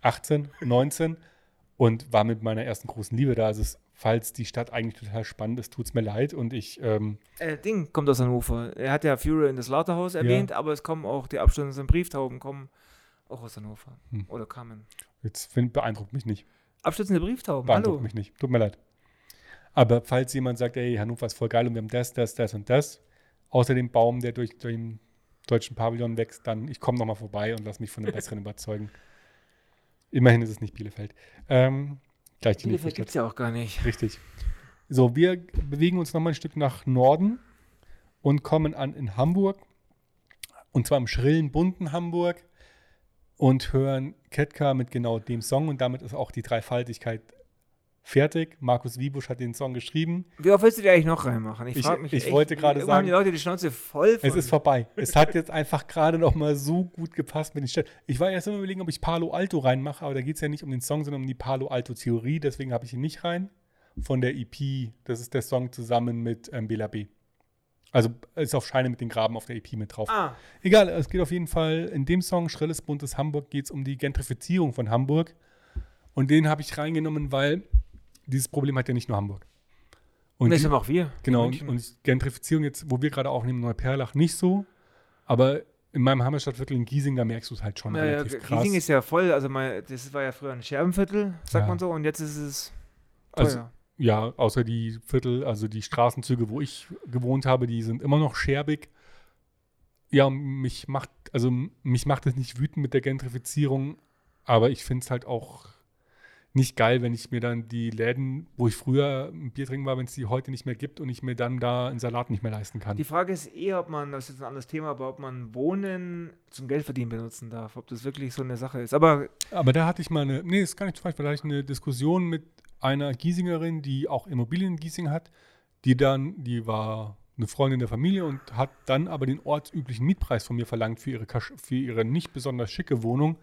Speaker 1: 18, 19 und war mit meiner ersten großen Liebe da. Also es, falls die Stadt eigentlich total spannend ist, tut es mir leid. Und ich, ähm,
Speaker 2: Äh, Ding kommt aus Hannover. Er hat ja Führer in das Lauterhaus erwähnt, aber es kommen auch die Abstürze in Brieftauben, kommen auch aus Hannover.
Speaker 1: Hm.
Speaker 2: Oder kamen.
Speaker 1: jetzt find, beeindruckt mich nicht.
Speaker 2: Abstürzende Brieftauben,
Speaker 1: Beeindruckt
Speaker 2: hallo.
Speaker 1: mich nicht. Tut mir leid. Aber falls jemand sagt, ey, Hannover ist voll geil und wir haben das, das, das und das, außer dem Baum, der durch, durch den deutschen Pavillon wächst, dann ich komme nochmal vorbei und lass mich von dem Besseren überzeugen. Immerhin ist es nicht Bielefeld. Ähm, gleich die nächste
Speaker 2: Bielefeld
Speaker 1: Stadt.
Speaker 2: gibt es ja auch gar nicht.
Speaker 1: Richtig. So, wir bewegen uns nochmal ein Stück nach Norden und kommen an in Hamburg. Und zwar im schrillen, bunten Hamburg. Und hören Ketka mit genau dem Song. Und damit ist auch die Dreifaltigkeit fertig. Markus Wiebusch hat den Song geschrieben.
Speaker 2: Wie oft willst du dir eigentlich noch reinmachen? Ich,
Speaker 1: Ich-
Speaker 2: frag mich
Speaker 1: ich
Speaker 2: echt,
Speaker 1: wollte
Speaker 2: wie-
Speaker 1: gerade
Speaker 2: irgendwann haben
Speaker 1: sagen,
Speaker 2: die Leute die Schnauze voll von
Speaker 1: Es ist vorbei. Es hat jetzt einfach gerade noch mal so gut gepasst mit den Städten. Ich war erst am überlegen, ob ich Palo Alto reinmache, aber da geht es ja nicht um den Song, sondern um die Palo Alto-Theorie. Deswegen E habe ich ihn nicht rein. Von der EP. Das ist der Song zusammen mit ähm, Bela B. Also ist auf Scheine mit den Graben auf der EP mit drauf.
Speaker 2: Ah,
Speaker 1: Egal, es geht auf jeden Fall in dem Song Schrilles Buntes Hamburg geht es um die Gentrifizierung von Hamburg. Und den habe ich reingenommen, weil dieses Problem hat ja nicht nur Hamburg. Und
Speaker 2: und das
Speaker 1: die-
Speaker 2: haben auch wir.
Speaker 1: Genau, und,
Speaker 2: München.
Speaker 1: und Gentrifizierung jetzt, wo wir gerade aufnehmen, Neuperlach nicht so, aber in meinem Heimatstadtviertel in Giesing, da merkst du es halt schon
Speaker 2: ja, ja,
Speaker 1: relativ krass.
Speaker 2: Giesing ist ja voll, also mal, das war ja früher ein Scherbenviertel, sagt
Speaker 1: Ja.
Speaker 2: man so, und jetzt ist es teuer.
Speaker 1: Also- ja, außer die Viertel, also die Straßenzüge, wo ich gewohnt habe, die sind immer noch scherbig. Ja, mich macht, also mich macht es nicht wütend mit der Gentrifizierung, aber ich finde es halt auch nicht geil, wenn ich mir dann die Läden, wo ich früher ein Bier trinken war, wenn es die heute nicht mehr gibt und ich mir dann da einen Salat nicht mehr leisten kann.
Speaker 2: die Frage ist eh, ob man, das ist jetzt ein anderes Thema, aber ob man Wohnen zum Geldverdienen benutzen darf, ob das wirklich so eine Sache ist. Aber
Speaker 1: Aber da hatte ich mal eine, nee, ist gar nicht falsch, weil da hatte ich eine Diskussion mit einer Giesingerin, die auch Immobilien in Giesing hat, die dann, die war eine Freundin der Familie und hat dann aber den ortsüblichen Mietpreis von mir verlangt für ihre, Kasch- für ihre nicht besonders schicke Wohnung.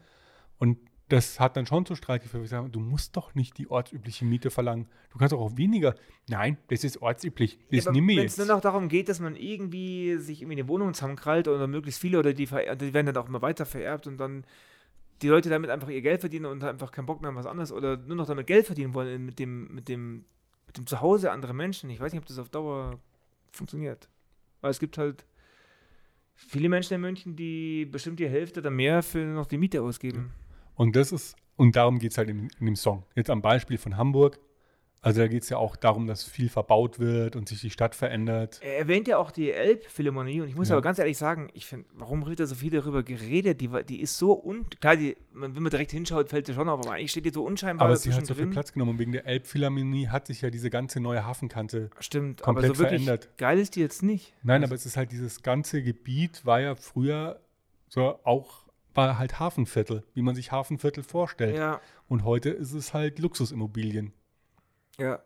Speaker 1: Und das hat dann schon zu Streit geführt. Ich sage, du musst doch nicht die ortsübliche Miete verlangen. Du kannst doch auch weniger. Nein, das ist ortsüblich. Das
Speaker 2: Ja, aber
Speaker 1: nehme ich
Speaker 2: Wenn es
Speaker 1: jetzt.
Speaker 2: nur noch darum geht, dass man irgendwie sich irgendwie eine Wohnung zusammenkrallt oder möglichst viele oder die, ver- die werden dann auch immer weiter vererbt und dann die Leute damit einfach ihr Geld verdienen und einfach keinen Bock mehr haben, was anderes oder nur noch damit Geld verdienen wollen mit dem, mit dem, mit dem Zuhause anderer Menschen. Ich weiß nicht, ob das auf Dauer funktioniert. Weil es gibt halt viele Menschen in München, die bestimmt die Hälfte oder mehr für noch die Miete ausgeben.
Speaker 1: Und das ist, und darum geht es halt in, in dem Song. Jetzt am Beispiel von Hamburg. Also da geht es ja auch darum, dass viel verbaut wird und sich die Stadt verändert.
Speaker 2: Er erwähnt ja auch die Elbphilharmonie und ich muss
Speaker 1: Ja.
Speaker 2: aber ganz ehrlich sagen, ich finde, warum wird da so viel darüber geredet? Die, war- die ist so un. Klar, die, man, wenn man direkt hinschaut, fällt sie schon auf, aber eigentlich steht die so unscheinbar
Speaker 1: Aber sie hat so viel
Speaker 2: zwischendrin.
Speaker 1: Platz genommen und wegen der Elbphilharmonie hat sich ja diese ganze neue Hafenkante.
Speaker 2: Stimmt, aber
Speaker 1: komplett
Speaker 2: so wirklich
Speaker 1: verändert.
Speaker 2: geil ist die jetzt nicht.
Speaker 1: Nein,
Speaker 2: Also-
Speaker 1: aber es ist halt dieses ganze Gebiet war ja früher so auch war halt Hafenviertel, wie man sich Hafenviertel vorstellt.
Speaker 2: Ja,
Speaker 1: Und heute ist es halt Luxusimmobilien.
Speaker 2: ja.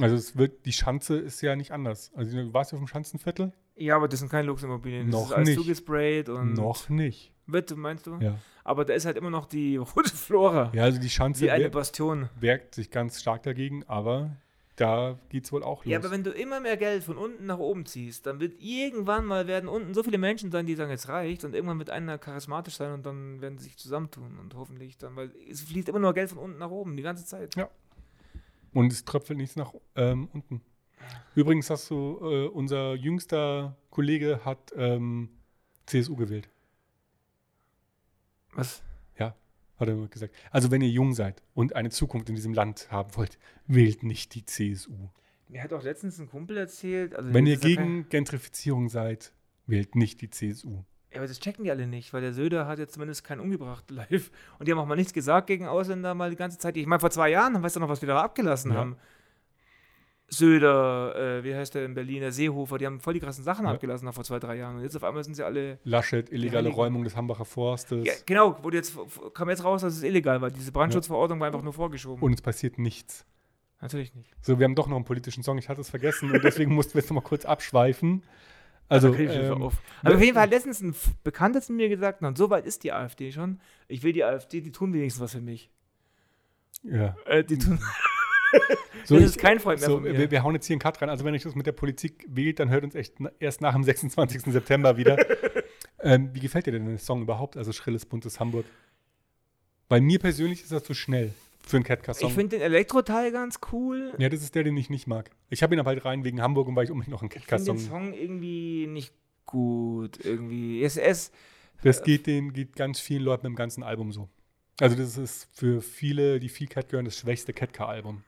Speaker 1: Also es wird die Schanze ist ja nicht anders. Also du warst ja auf dem Schanzenviertel?
Speaker 2: Ja, aber das sind keine Luxusimmobilien. Das
Speaker 1: Noch
Speaker 2: ist alles
Speaker 1: nicht.
Speaker 2: zugesprayt und.
Speaker 1: Noch nicht.
Speaker 2: Wird, meinst du?
Speaker 1: Ja.
Speaker 2: Aber da ist halt immer noch die rote Flora.
Speaker 1: Ja, also die Schanze
Speaker 2: Die eine
Speaker 1: wär-
Speaker 2: Bastion.
Speaker 1: wehrt sich ganz stark dagegen, aber da geht's wohl auch los.
Speaker 2: Ja, aber wenn du immer mehr Geld von unten nach oben ziehst, dann wird irgendwann mal werden unten so viele Menschen sein, die sagen, jetzt reicht und irgendwann wird einer charismatisch sein und dann werden sie sich zusammentun und hoffentlich dann, weil es fließt immer nur Geld von unten nach oben die ganze Zeit.
Speaker 1: Ja. Und es tröpfelt nichts nach ähm, unten. Übrigens hast du, äh, unser jüngster Kollege hat ähm, CSU gewählt,
Speaker 2: Was?
Speaker 1: hat er gesagt. Also wenn ihr jung seid und eine Zukunft in diesem Land haben wollt, wählt nicht die CSU.
Speaker 2: Mir hat auch letztens ein Kumpel erzählt, also
Speaker 1: Wenn ihr
Speaker 2: das ist ja kein-
Speaker 1: gegen Gentrifizierung seid, wählt nicht die CSU.
Speaker 2: Ja, aber das checken die alle nicht, weil der Söder hat jetzt zumindest keinen umgebracht live. Und die haben auch mal nichts gesagt gegen Ausländer mal die ganze Zeit. Ich meine, vor zwei Jahren, weißt du noch, was wir da abgelassen
Speaker 1: Ja.
Speaker 2: haben? Söder, äh, wie heißt der in Berlin, der Seehofer, die haben voll die krassen Sachen
Speaker 1: Ja.
Speaker 2: abgelassen noch vor zwei, drei Jahren. Und jetzt auf einmal sind sie alle.
Speaker 1: Laschet, illegale
Speaker 2: Heiligen.
Speaker 1: Räumung des Hambacher Forstes
Speaker 2: Ja, genau, wurde jetzt, kam jetzt raus, dass es illegal war. Diese Brandschutzverordnung war einfach nur vorgeschoben.
Speaker 1: und es passiert nichts.
Speaker 2: Natürlich nicht.
Speaker 1: So, wir haben doch noch einen politischen Song. Ich hatte es vergessen und deswegen mussten wir jetzt noch mal kurz abschweifen. Also,
Speaker 2: Da krieg ich
Speaker 1: ähm,
Speaker 2: ähm, auf. Aber auf jeden Fall hat letztens ein F- Bekannter zu mir gesagt, na, so weit ist die AfD schon. Ich will die AfD, die tun wenigstens was für mich.
Speaker 1: ja.
Speaker 2: Äh, die tun,
Speaker 1: So,
Speaker 2: das
Speaker 1: ich,
Speaker 2: ist kein Freund mehr
Speaker 1: so,
Speaker 2: von mir.
Speaker 1: wir, wir hauen jetzt hier einen Cut rein. Also, wenn euch das mit der Politik wählt, dann hört uns echt na- erst nach dem 26. September wieder. ähm, wie gefällt dir denn der Song überhaupt? Also, Schrilles, buntes Hamburg. Bei mir persönlich ist das zu schnell für einen Catcast-Song.
Speaker 2: Ich finde den Elektro-Teil ganz cool.
Speaker 1: ja, das ist der, den ich nicht mag. Ich habe ihn aber halt rein wegen Hamburg und weil ich unbedingt noch einen
Speaker 2: ich finde den
Speaker 1: Catcast-Song.
Speaker 2: Song irgendwie nicht gut. Irgendwie. Es, es,
Speaker 1: Das geht, den, geht ganz vielen Leuten im ganzen Album so. Also das ist für viele, die viel Cat hören, das schwächste Cat-Album.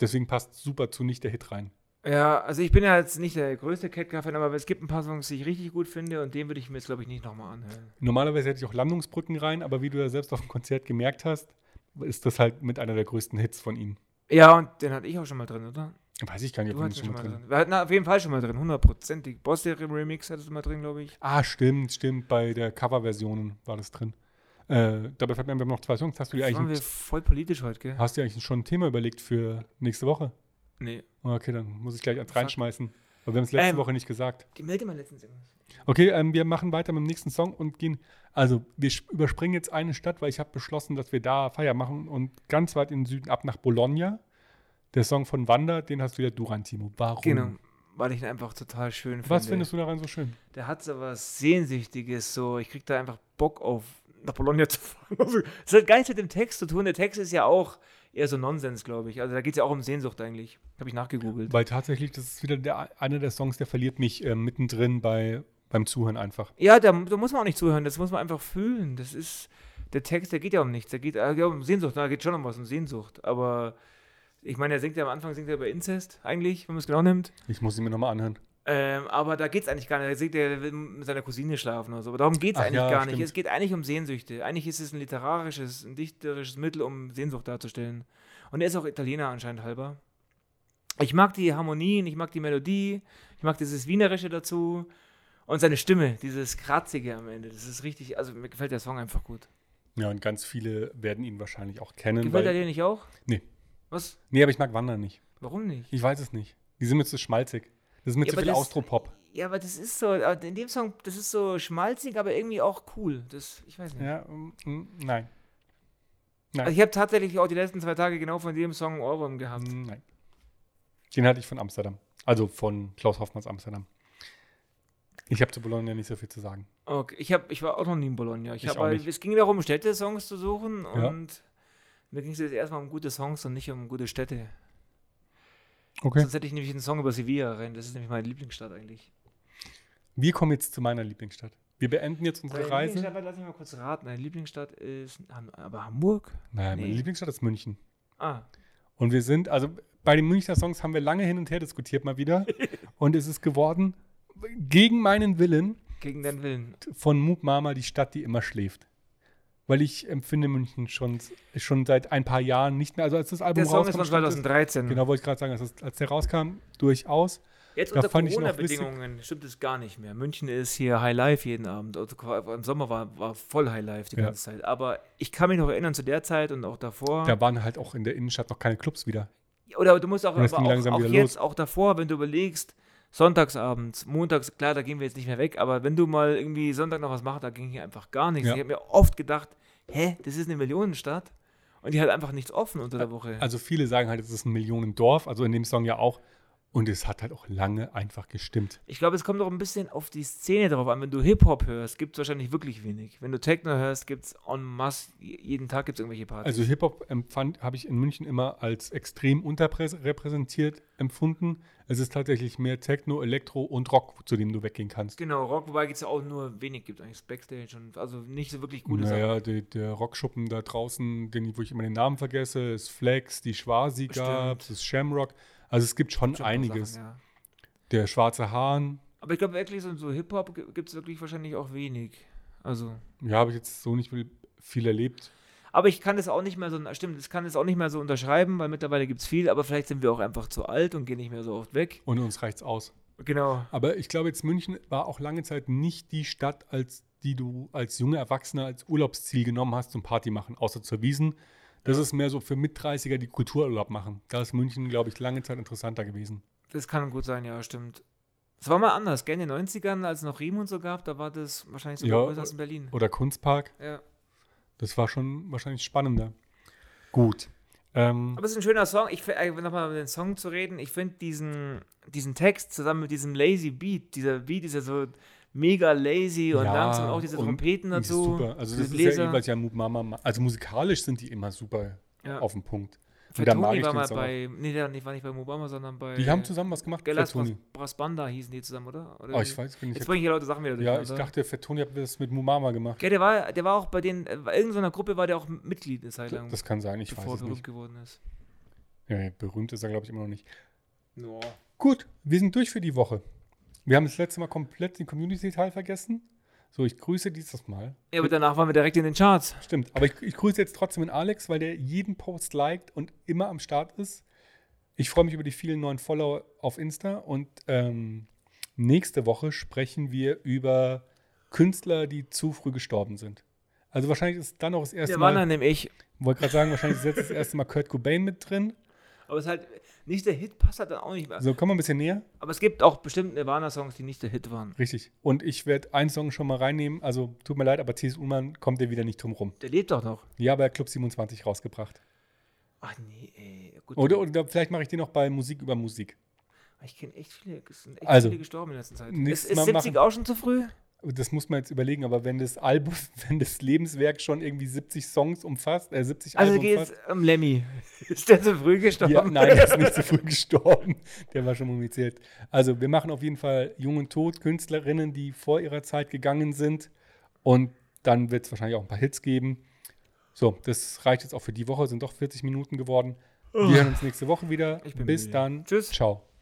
Speaker 1: Deswegen passt super zu nicht der Hit rein.
Speaker 2: ja, also ich bin ja jetzt nicht der größte Catcar-Fan, aber es gibt ein paar Songs, die ich richtig gut finde und den würde ich mir jetzt, glaube ich, nicht nochmal anhören.
Speaker 1: Normalerweise hätte ich auch Landungsbrücken rein, aber wie du ja selbst auf dem Konzert gemerkt hast, ist das halt mit einer der größten Hits von ihnen.
Speaker 2: Ja, und den hatte ich auch schon mal drin, oder?
Speaker 1: Weiß ich gar nicht, ob
Speaker 2: Du
Speaker 1: wir den
Speaker 2: hattest
Speaker 1: schon mal drin.
Speaker 2: Wir hatten auf jeden Fall schon mal drin, hundertprozentig. Boss Remix hattest du mal drin, glaube ich.
Speaker 1: Ah, stimmt, stimmt. Bei der Coverversionen war das drin. Äh, dabei fällt mir ein, wir haben noch zwei Songs. Hast du dir
Speaker 2: Jetzt waren wir
Speaker 1: eigentlich,
Speaker 2: voll politisch heute, gell?
Speaker 1: hast du dir eigentlich schon ein Thema überlegt für nächste Woche?
Speaker 2: Nee.
Speaker 1: Okay, dann muss ich gleich eins
Speaker 2: Fuck.
Speaker 1: reinschmeißen. Aber wir haben es letzte
Speaker 2: Ähm.
Speaker 1: Woche nicht gesagt.
Speaker 2: Die meldete mal letztens irgendwas.
Speaker 1: Okay, ähm, wir machen weiter mit dem nächsten Song und gehen. Also, wir sch- überspringen jetzt eine Stadt, weil ich habe beschlossen, dass wir da Feier machen und ganz weit in den Süden ab nach Bologna. Der Song von Wanda, den hast du wieder Durantimo. Warum?
Speaker 2: Genau. weil ich ihn einfach total schön finde.
Speaker 1: Was findest du daran so schön?
Speaker 2: Der hat so was Sehnsüchtiges, so ich krieg da einfach Bock auf, nach Bologna zu fahren. Also, das hat gar nichts mit dem Text zu tun. Der Text ist ja auch eher so Nonsens, glaube ich. Also da geht es ja auch um Sehnsucht eigentlich. Habe ich nachgegoogelt.
Speaker 1: Weil tatsächlich, das ist wieder der, einer der Songs, der verliert mich äh, mittendrin bei, beim Zuhören einfach.
Speaker 2: Ja, da, da muss man auch nicht zuhören, das muss man einfach fühlen. Das ist, der Text, der geht ja um nichts, der geht, äh, ja, um Sehnsucht, da geht schon um was, um Sehnsucht. Aber ich meine, er singt ja am Anfang, singt er über Inzest eigentlich, wenn man es genau nimmt.
Speaker 1: Ich muss ihn mir nochmal anhören.
Speaker 2: Ähm, aber da geht es eigentlich gar nicht. Da singt er, er will mit seiner Cousine schlafen oder so. Aber darum geht es
Speaker 1: Ach
Speaker 2: eigentlich
Speaker 1: ja,
Speaker 2: gar nicht.
Speaker 1: stimmt.
Speaker 2: Es geht eigentlich um Sehnsüchte. Eigentlich ist es ein literarisches, ein dichterisches Mittel, um Sehnsucht darzustellen. Und er ist auch Italiener anscheinend halber. Ich mag die Harmonien, ich mag die Melodie, ich mag dieses Wienerische dazu. Und seine Stimme, dieses Kratzige am Ende, das ist richtig, also mir gefällt der Song einfach gut.
Speaker 1: Ja, und ganz viele werden ihn wahrscheinlich auch kennen.
Speaker 2: Gefällt er
Speaker 1: Weil,
Speaker 2: dir nicht auch?
Speaker 1: Nee.
Speaker 2: Was?
Speaker 1: nee, aber ich mag Wandern nicht.
Speaker 2: Warum nicht?
Speaker 1: Ich weiß es nicht. Die sind mir zu schmalzig. Das ist mir
Speaker 2: Ja,
Speaker 1: zu
Speaker 2: aber
Speaker 1: viel
Speaker 2: das-
Speaker 1: Austropop.
Speaker 2: Ja, aber das ist so, aber in dem Song, das ist so schmalzig, aber irgendwie auch cool. Das, ich weiß nicht.
Speaker 1: Ja, mm, mm, nein.
Speaker 2: Also ich habe tatsächlich auch die letzten zwei Tage genau von dem Song einen Ohrwurm gehabt.
Speaker 1: Mm, Nein. Den hatte ich von Amsterdam. Also von Klaus Hoffmanns Amsterdam. Ich habe zu Bologna nicht so viel zu sagen.
Speaker 2: Okay, ich, hab, ich war auch noch nie in Bologna. Ich
Speaker 1: Ich
Speaker 2: hab,
Speaker 1: auch
Speaker 2: halt-
Speaker 1: nicht.
Speaker 2: es ging darum, Städte-Songs zu suchen
Speaker 1: Ja.
Speaker 2: und mir ging es jetzt erstmal um gute Songs und nicht um gute Städte.
Speaker 1: Okay.
Speaker 2: Sonst hätte ich nämlich einen Song über Sevilla rein. Das ist nämlich meine Lieblingsstadt eigentlich.
Speaker 1: Wir kommen jetzt zu meiner Lieblingsstadt. Wir beenden jetzt unsere
Speaker 2: Deine
Speaker 1: Reise.
Speaker 2: Lieblingsstadt, warte, lass mich mal kurz raten. Deine Lieblingsstadt ist Ham- aber Hamburg?
Speaker 1: Nein, meine
Speaker 2: Nee.
Speaker 1: Lieblingsstadt ist München.
Speaker 2: Ah,
Speaker 1: Und wir sind, also bei den Münchner Songs haben wir lange hin und her diskutiert mal wieder. und es ist geworden, gegen meinen Willen,
Speaker 2: gegen deinen Willen.
Speaker 1: von Moog Mama die Stadt, die immer schläft. Weil ich empfinde München schon, schon seit ein paar Jahren nicht mehr. Also als das Album
Speaker 2: Der Song ist
Speaker 1: rauskam,
Speaker 2: von
Speaker 1: stand das-
Speaker 2: 2013.
Speaker 1: Genau, wollte ich gerade sagen, als, das, als der rauskam, durchaus.
Speaker 2: Jetzt
Speaker 1: Da
Speaker 2: unter
Speaker 1: fand ich noch
Speaker 2: Corona-Bedingungen stimmt es gar nicht mehr. München ist hier High Life jeden Abend. Also qua- Im Sommer war, war voll High Life die
Speaker 1: Ja.
Speaker 2: ganze Zeit. Aber ich kann mich noch erinnern zu der Zeit und auch davor.
Speaker 1: Da waren halt auch in der Innenstadt noch keine Clubs wieder.
Speaker 2: Oder du musst auch,
Speaker 1: Und es
Speaker 2: aber
Speaker 1: ging
Speaker 2: auch,
Speaker 1: langsam
Speaker 2: auch
Speaker 1: wieder
Speaker 2: jetzt, auch davor, wenn du überlegst, sonntagsabends, montags, klar, da gehen wir jetzt nicht mehr weg, aber wenn du mal irgendwie Sonntag noch was machst, da ging hier einfach gar nichts.
Speaker 1: Ja.
Speaker 2: Ich habe mir oft gedacht, hä, das ist eine Millionenstadt und die hat einfach nichts offen unter der Woche.
Speaker 1: Also viele sagen halt, es ist ein Millionendorf, also in dem Song ja auch. Und es hat halt auch lange einfach gestimmt.
Speaker 2: Ich glaube, es kommt auch ein bisschen auf die Szene drauf an. Wenn du Hip-Hop hörst, gibt es wahrscheinlich wirklich wenig. Wenn du Techno hörst, gibt es en masse, j- jeden Tag gibt es irgendwelche Partys.
Speaker 1: Also Hip-Hop empfand, habe ich in München immer als extrem unterrepräsentiert empfunden. Es ist tatsächlich mehr Techno, Elektro und Rock, zu dem du weggehen kannst.
Speaker 2: genau, Rock, wobei es auch nur wenig gibt, eigentlich Backstage und also nicht so wirklich gute Sachen.
Speaker 1: Naja, der, der Rockschuppen da draußen, den, wo ich immer den Namen vergesse, ist Flex, die Schwasi
Speaker 2: Stimmt.
Speaker 1: gab es, ist Shamrock. Also es gibt schon,
Speaker 2: Schon ein paar
Speaker 1: einiges.
Speaker 2: Sachen, ja.
Speaker 1: Der schwarze Hahn,
Speaker 2: Aber ich glaube wirklich, so, so Hip-Hop gibt es wirklich wahrscheinlich auch wenig. Also.
Speaker 1: ja, habe ich jetzt so nicht viel- viel erlebt.
Speaker 2: Aber ich kann das auch nicht mehr so, stimmt, ich kann das auch nicht mehr so unterschreiben, weil mittlerweile gibt es viel, aber vielleicht sind wir auch einfach zu alt und gehen nicht mehr so oft weg.
Speaker 1: Und uns reicht's aus.
Speaker 2: Genau.
Speaker 1: Aber ich glaube, jetzt München war auch lange Zeit nicht die Stadt, als die du als junger Erwachsener als Urlaubsziel genommen hast zum Party machen, außer zur Wiesen. Das ist mehr so für mit 30er, die Kultururlaub machen. Da ist München, glaube ich, lange Zeit interessanter gewesen.
Speaker 2: Das kann gut sein, ja, stimmt. Es war mal anders, gell? In den 90ern, als es noch Riemen und so gab, da war das wahrscheinlich so
Speaker 1: Ja.
Speaker 2: größer als in Berlin.
Speaker 1: Oder Kunstpark,
Speaker 2: Ja.
Speaker 1: das war schon wahrscheinlich spannender. Gut. Ähm,
Speaker 2: Aber es ist ein schöner Song. Ich äh, nochmal über den Song zu reden. Ich finde diesen, diesen Text zusammen mit diesem Lazy Beat, dieser Beat ist ja so mega lazy und
Speaker 1: ja,
Speaker 2: langsam auch diese
Speaker 1: und
Speaker 2: Trompeten
Speaker 1: die ist
Speaker 2: dazu.
Speaker 1: Super. Also das
Speaker 2: diese
Speaker 1: ist ja eh,
Speaker 2: Bläser.
Speaker 1: was ja Moop Mama ma- Also musikalisch sind die immer super
Speaker 2: Ja.
Speaker 1: auf den Punkt.
Speaker 2: Für
Speaker 1: Und da mag
Speaker 2: Toni
Speaker 1: ich
Speaker 2: war
Speaker 1: den
Speaker 2: mal
Speaker 1: Song. auch.
Speaker 2: bei, nee, der nicht- war nicht bei Obama, sondern bei
Speaker 1: Die haben zusammen was gemacht.
Speaker 2: Gellas
Speaker 1: Fettoni.
Speaker 2: Bras, Brasbanda hießen die zusammen, oder? oder
Speaker 1: Oh, ich weiß, bin ich
Speaker 2: äh, Jetzt
Speaker 1: jetzt,
Speaker 2: bringe Ah, ich hier Leute Sachen wieder
Speaker 1: ja, ich
Speaker 2: durcheinander.
Speaker 1: dachte, Fettoni hat das mit Mumama gemacht.
Speaker 2: Gell, der war, der war auch bei den, äh, bei irgendeiner Gruppe war der auch Mitglied eine Zeit lang,
Speaker 1: Das kann sein, ich
Speaker 2: bevor
Speaker 1: weiß es
Speaker 2: berühmt
Speaker 1: nicht.
Speaker 2: geworden ist.
Speaker 1: Ja, ja, berühmt ist er, glaube ich, immer noch nicht.
Speaker 2: No.
Speaker 1: Gut, wir sind durch für die Woche. Wir haben das letzte Mal komplett den Community-Teil vergessen. So, ich grüße dieses Mal.
Speaker 2: Ja, aber danach waren wir direkt in den Charts.
Speaker 1: Stimmt, aber ich, ich grüße jetzt trotzdem den Alex, weil der jeden Post liked und immer am Start ist. Ich freue mich über die vielen neuen Follower auf Insta und ähm, nächste Woche sprechen wir über Künstler, die zu früh gestorben sind. Also wahrscheinlich ist dann auch das erste
Speaker 2: Der war
Speaker 1: Mal,
Speaker 2: dann nämlich ich.
Speaker 1: wollte gerade sagen, wahrscheinlich ist jetzt das erste Mal Kurt Cobain mit drin.
Speaker 2: Aber es ist halt, nicht der Hit passt halt dann auch nicht mehr.
Speaker 1: So, komm mal ein bisschen näher.
Speaker 2: Aber es gibt auch bestimmt Nirvana-Songs, die nicht der Hit waren.
Speaker 1: Richtig. Und ich werde einen Song schon mal reinnehmen. Also tut mir leid, aber T.S. Ullmann kommt ja wieder nicht drum rum.
Speaker 2: Der lebt doch noch.
Speaker 1: Ja, aber er hat Club 27 rausgebracht.
Speaker 2: Ach nee, ey. Gut.
Speaker 1: Oder, oder vielleicht mache ich den noch bei Musik über Musik.
Speaker 2: Ich kenne echt viele, es sind echt
Speaker 1: Also,
Speaker 2: viele gestorben in letzter Zeit.
Speaker 1: nächstes
Speaker 2: Ist, ist
Speaker 1: Mal
Speaker 2: 70
Speaker 1: machen-
Speaker 2: auch schon zu früh?
Speaker 1: Das muss man jetzt überlegen, aber wenn das Album, wenn das Lebenswerk schon irgendwie 70 Songs umfasst, äh, 70
Speaker 2: Also
Speaker 1: Alben
Speaker 2: geht's
Speaker 1: umfasst.
Speaker 2: um Lemmy. Ist der zu früh gestorben?
Speaker 1: Ja, nein, der ist nicht so früh gestorben. Der war schon mumifiziert. Also, wir machen auf jeden Fall Jung und Tot, Künstlerinnen, die vor ihrer Zeit gegangen sind. Und dann wird es wahrscheinlich auch ein paar Hits geben. So, das reicht jetzt auch für die Woche, sind doch 40 Minuten geworden. Wir hören uns nächste Woche wieder.
Speaker 2: Oh. Ich bin
Speaker 1: Bis
Speaker 2: müde.
Speaker 1: dann.
Speaker 2: Tschüss.
Speaker 1: Ciao.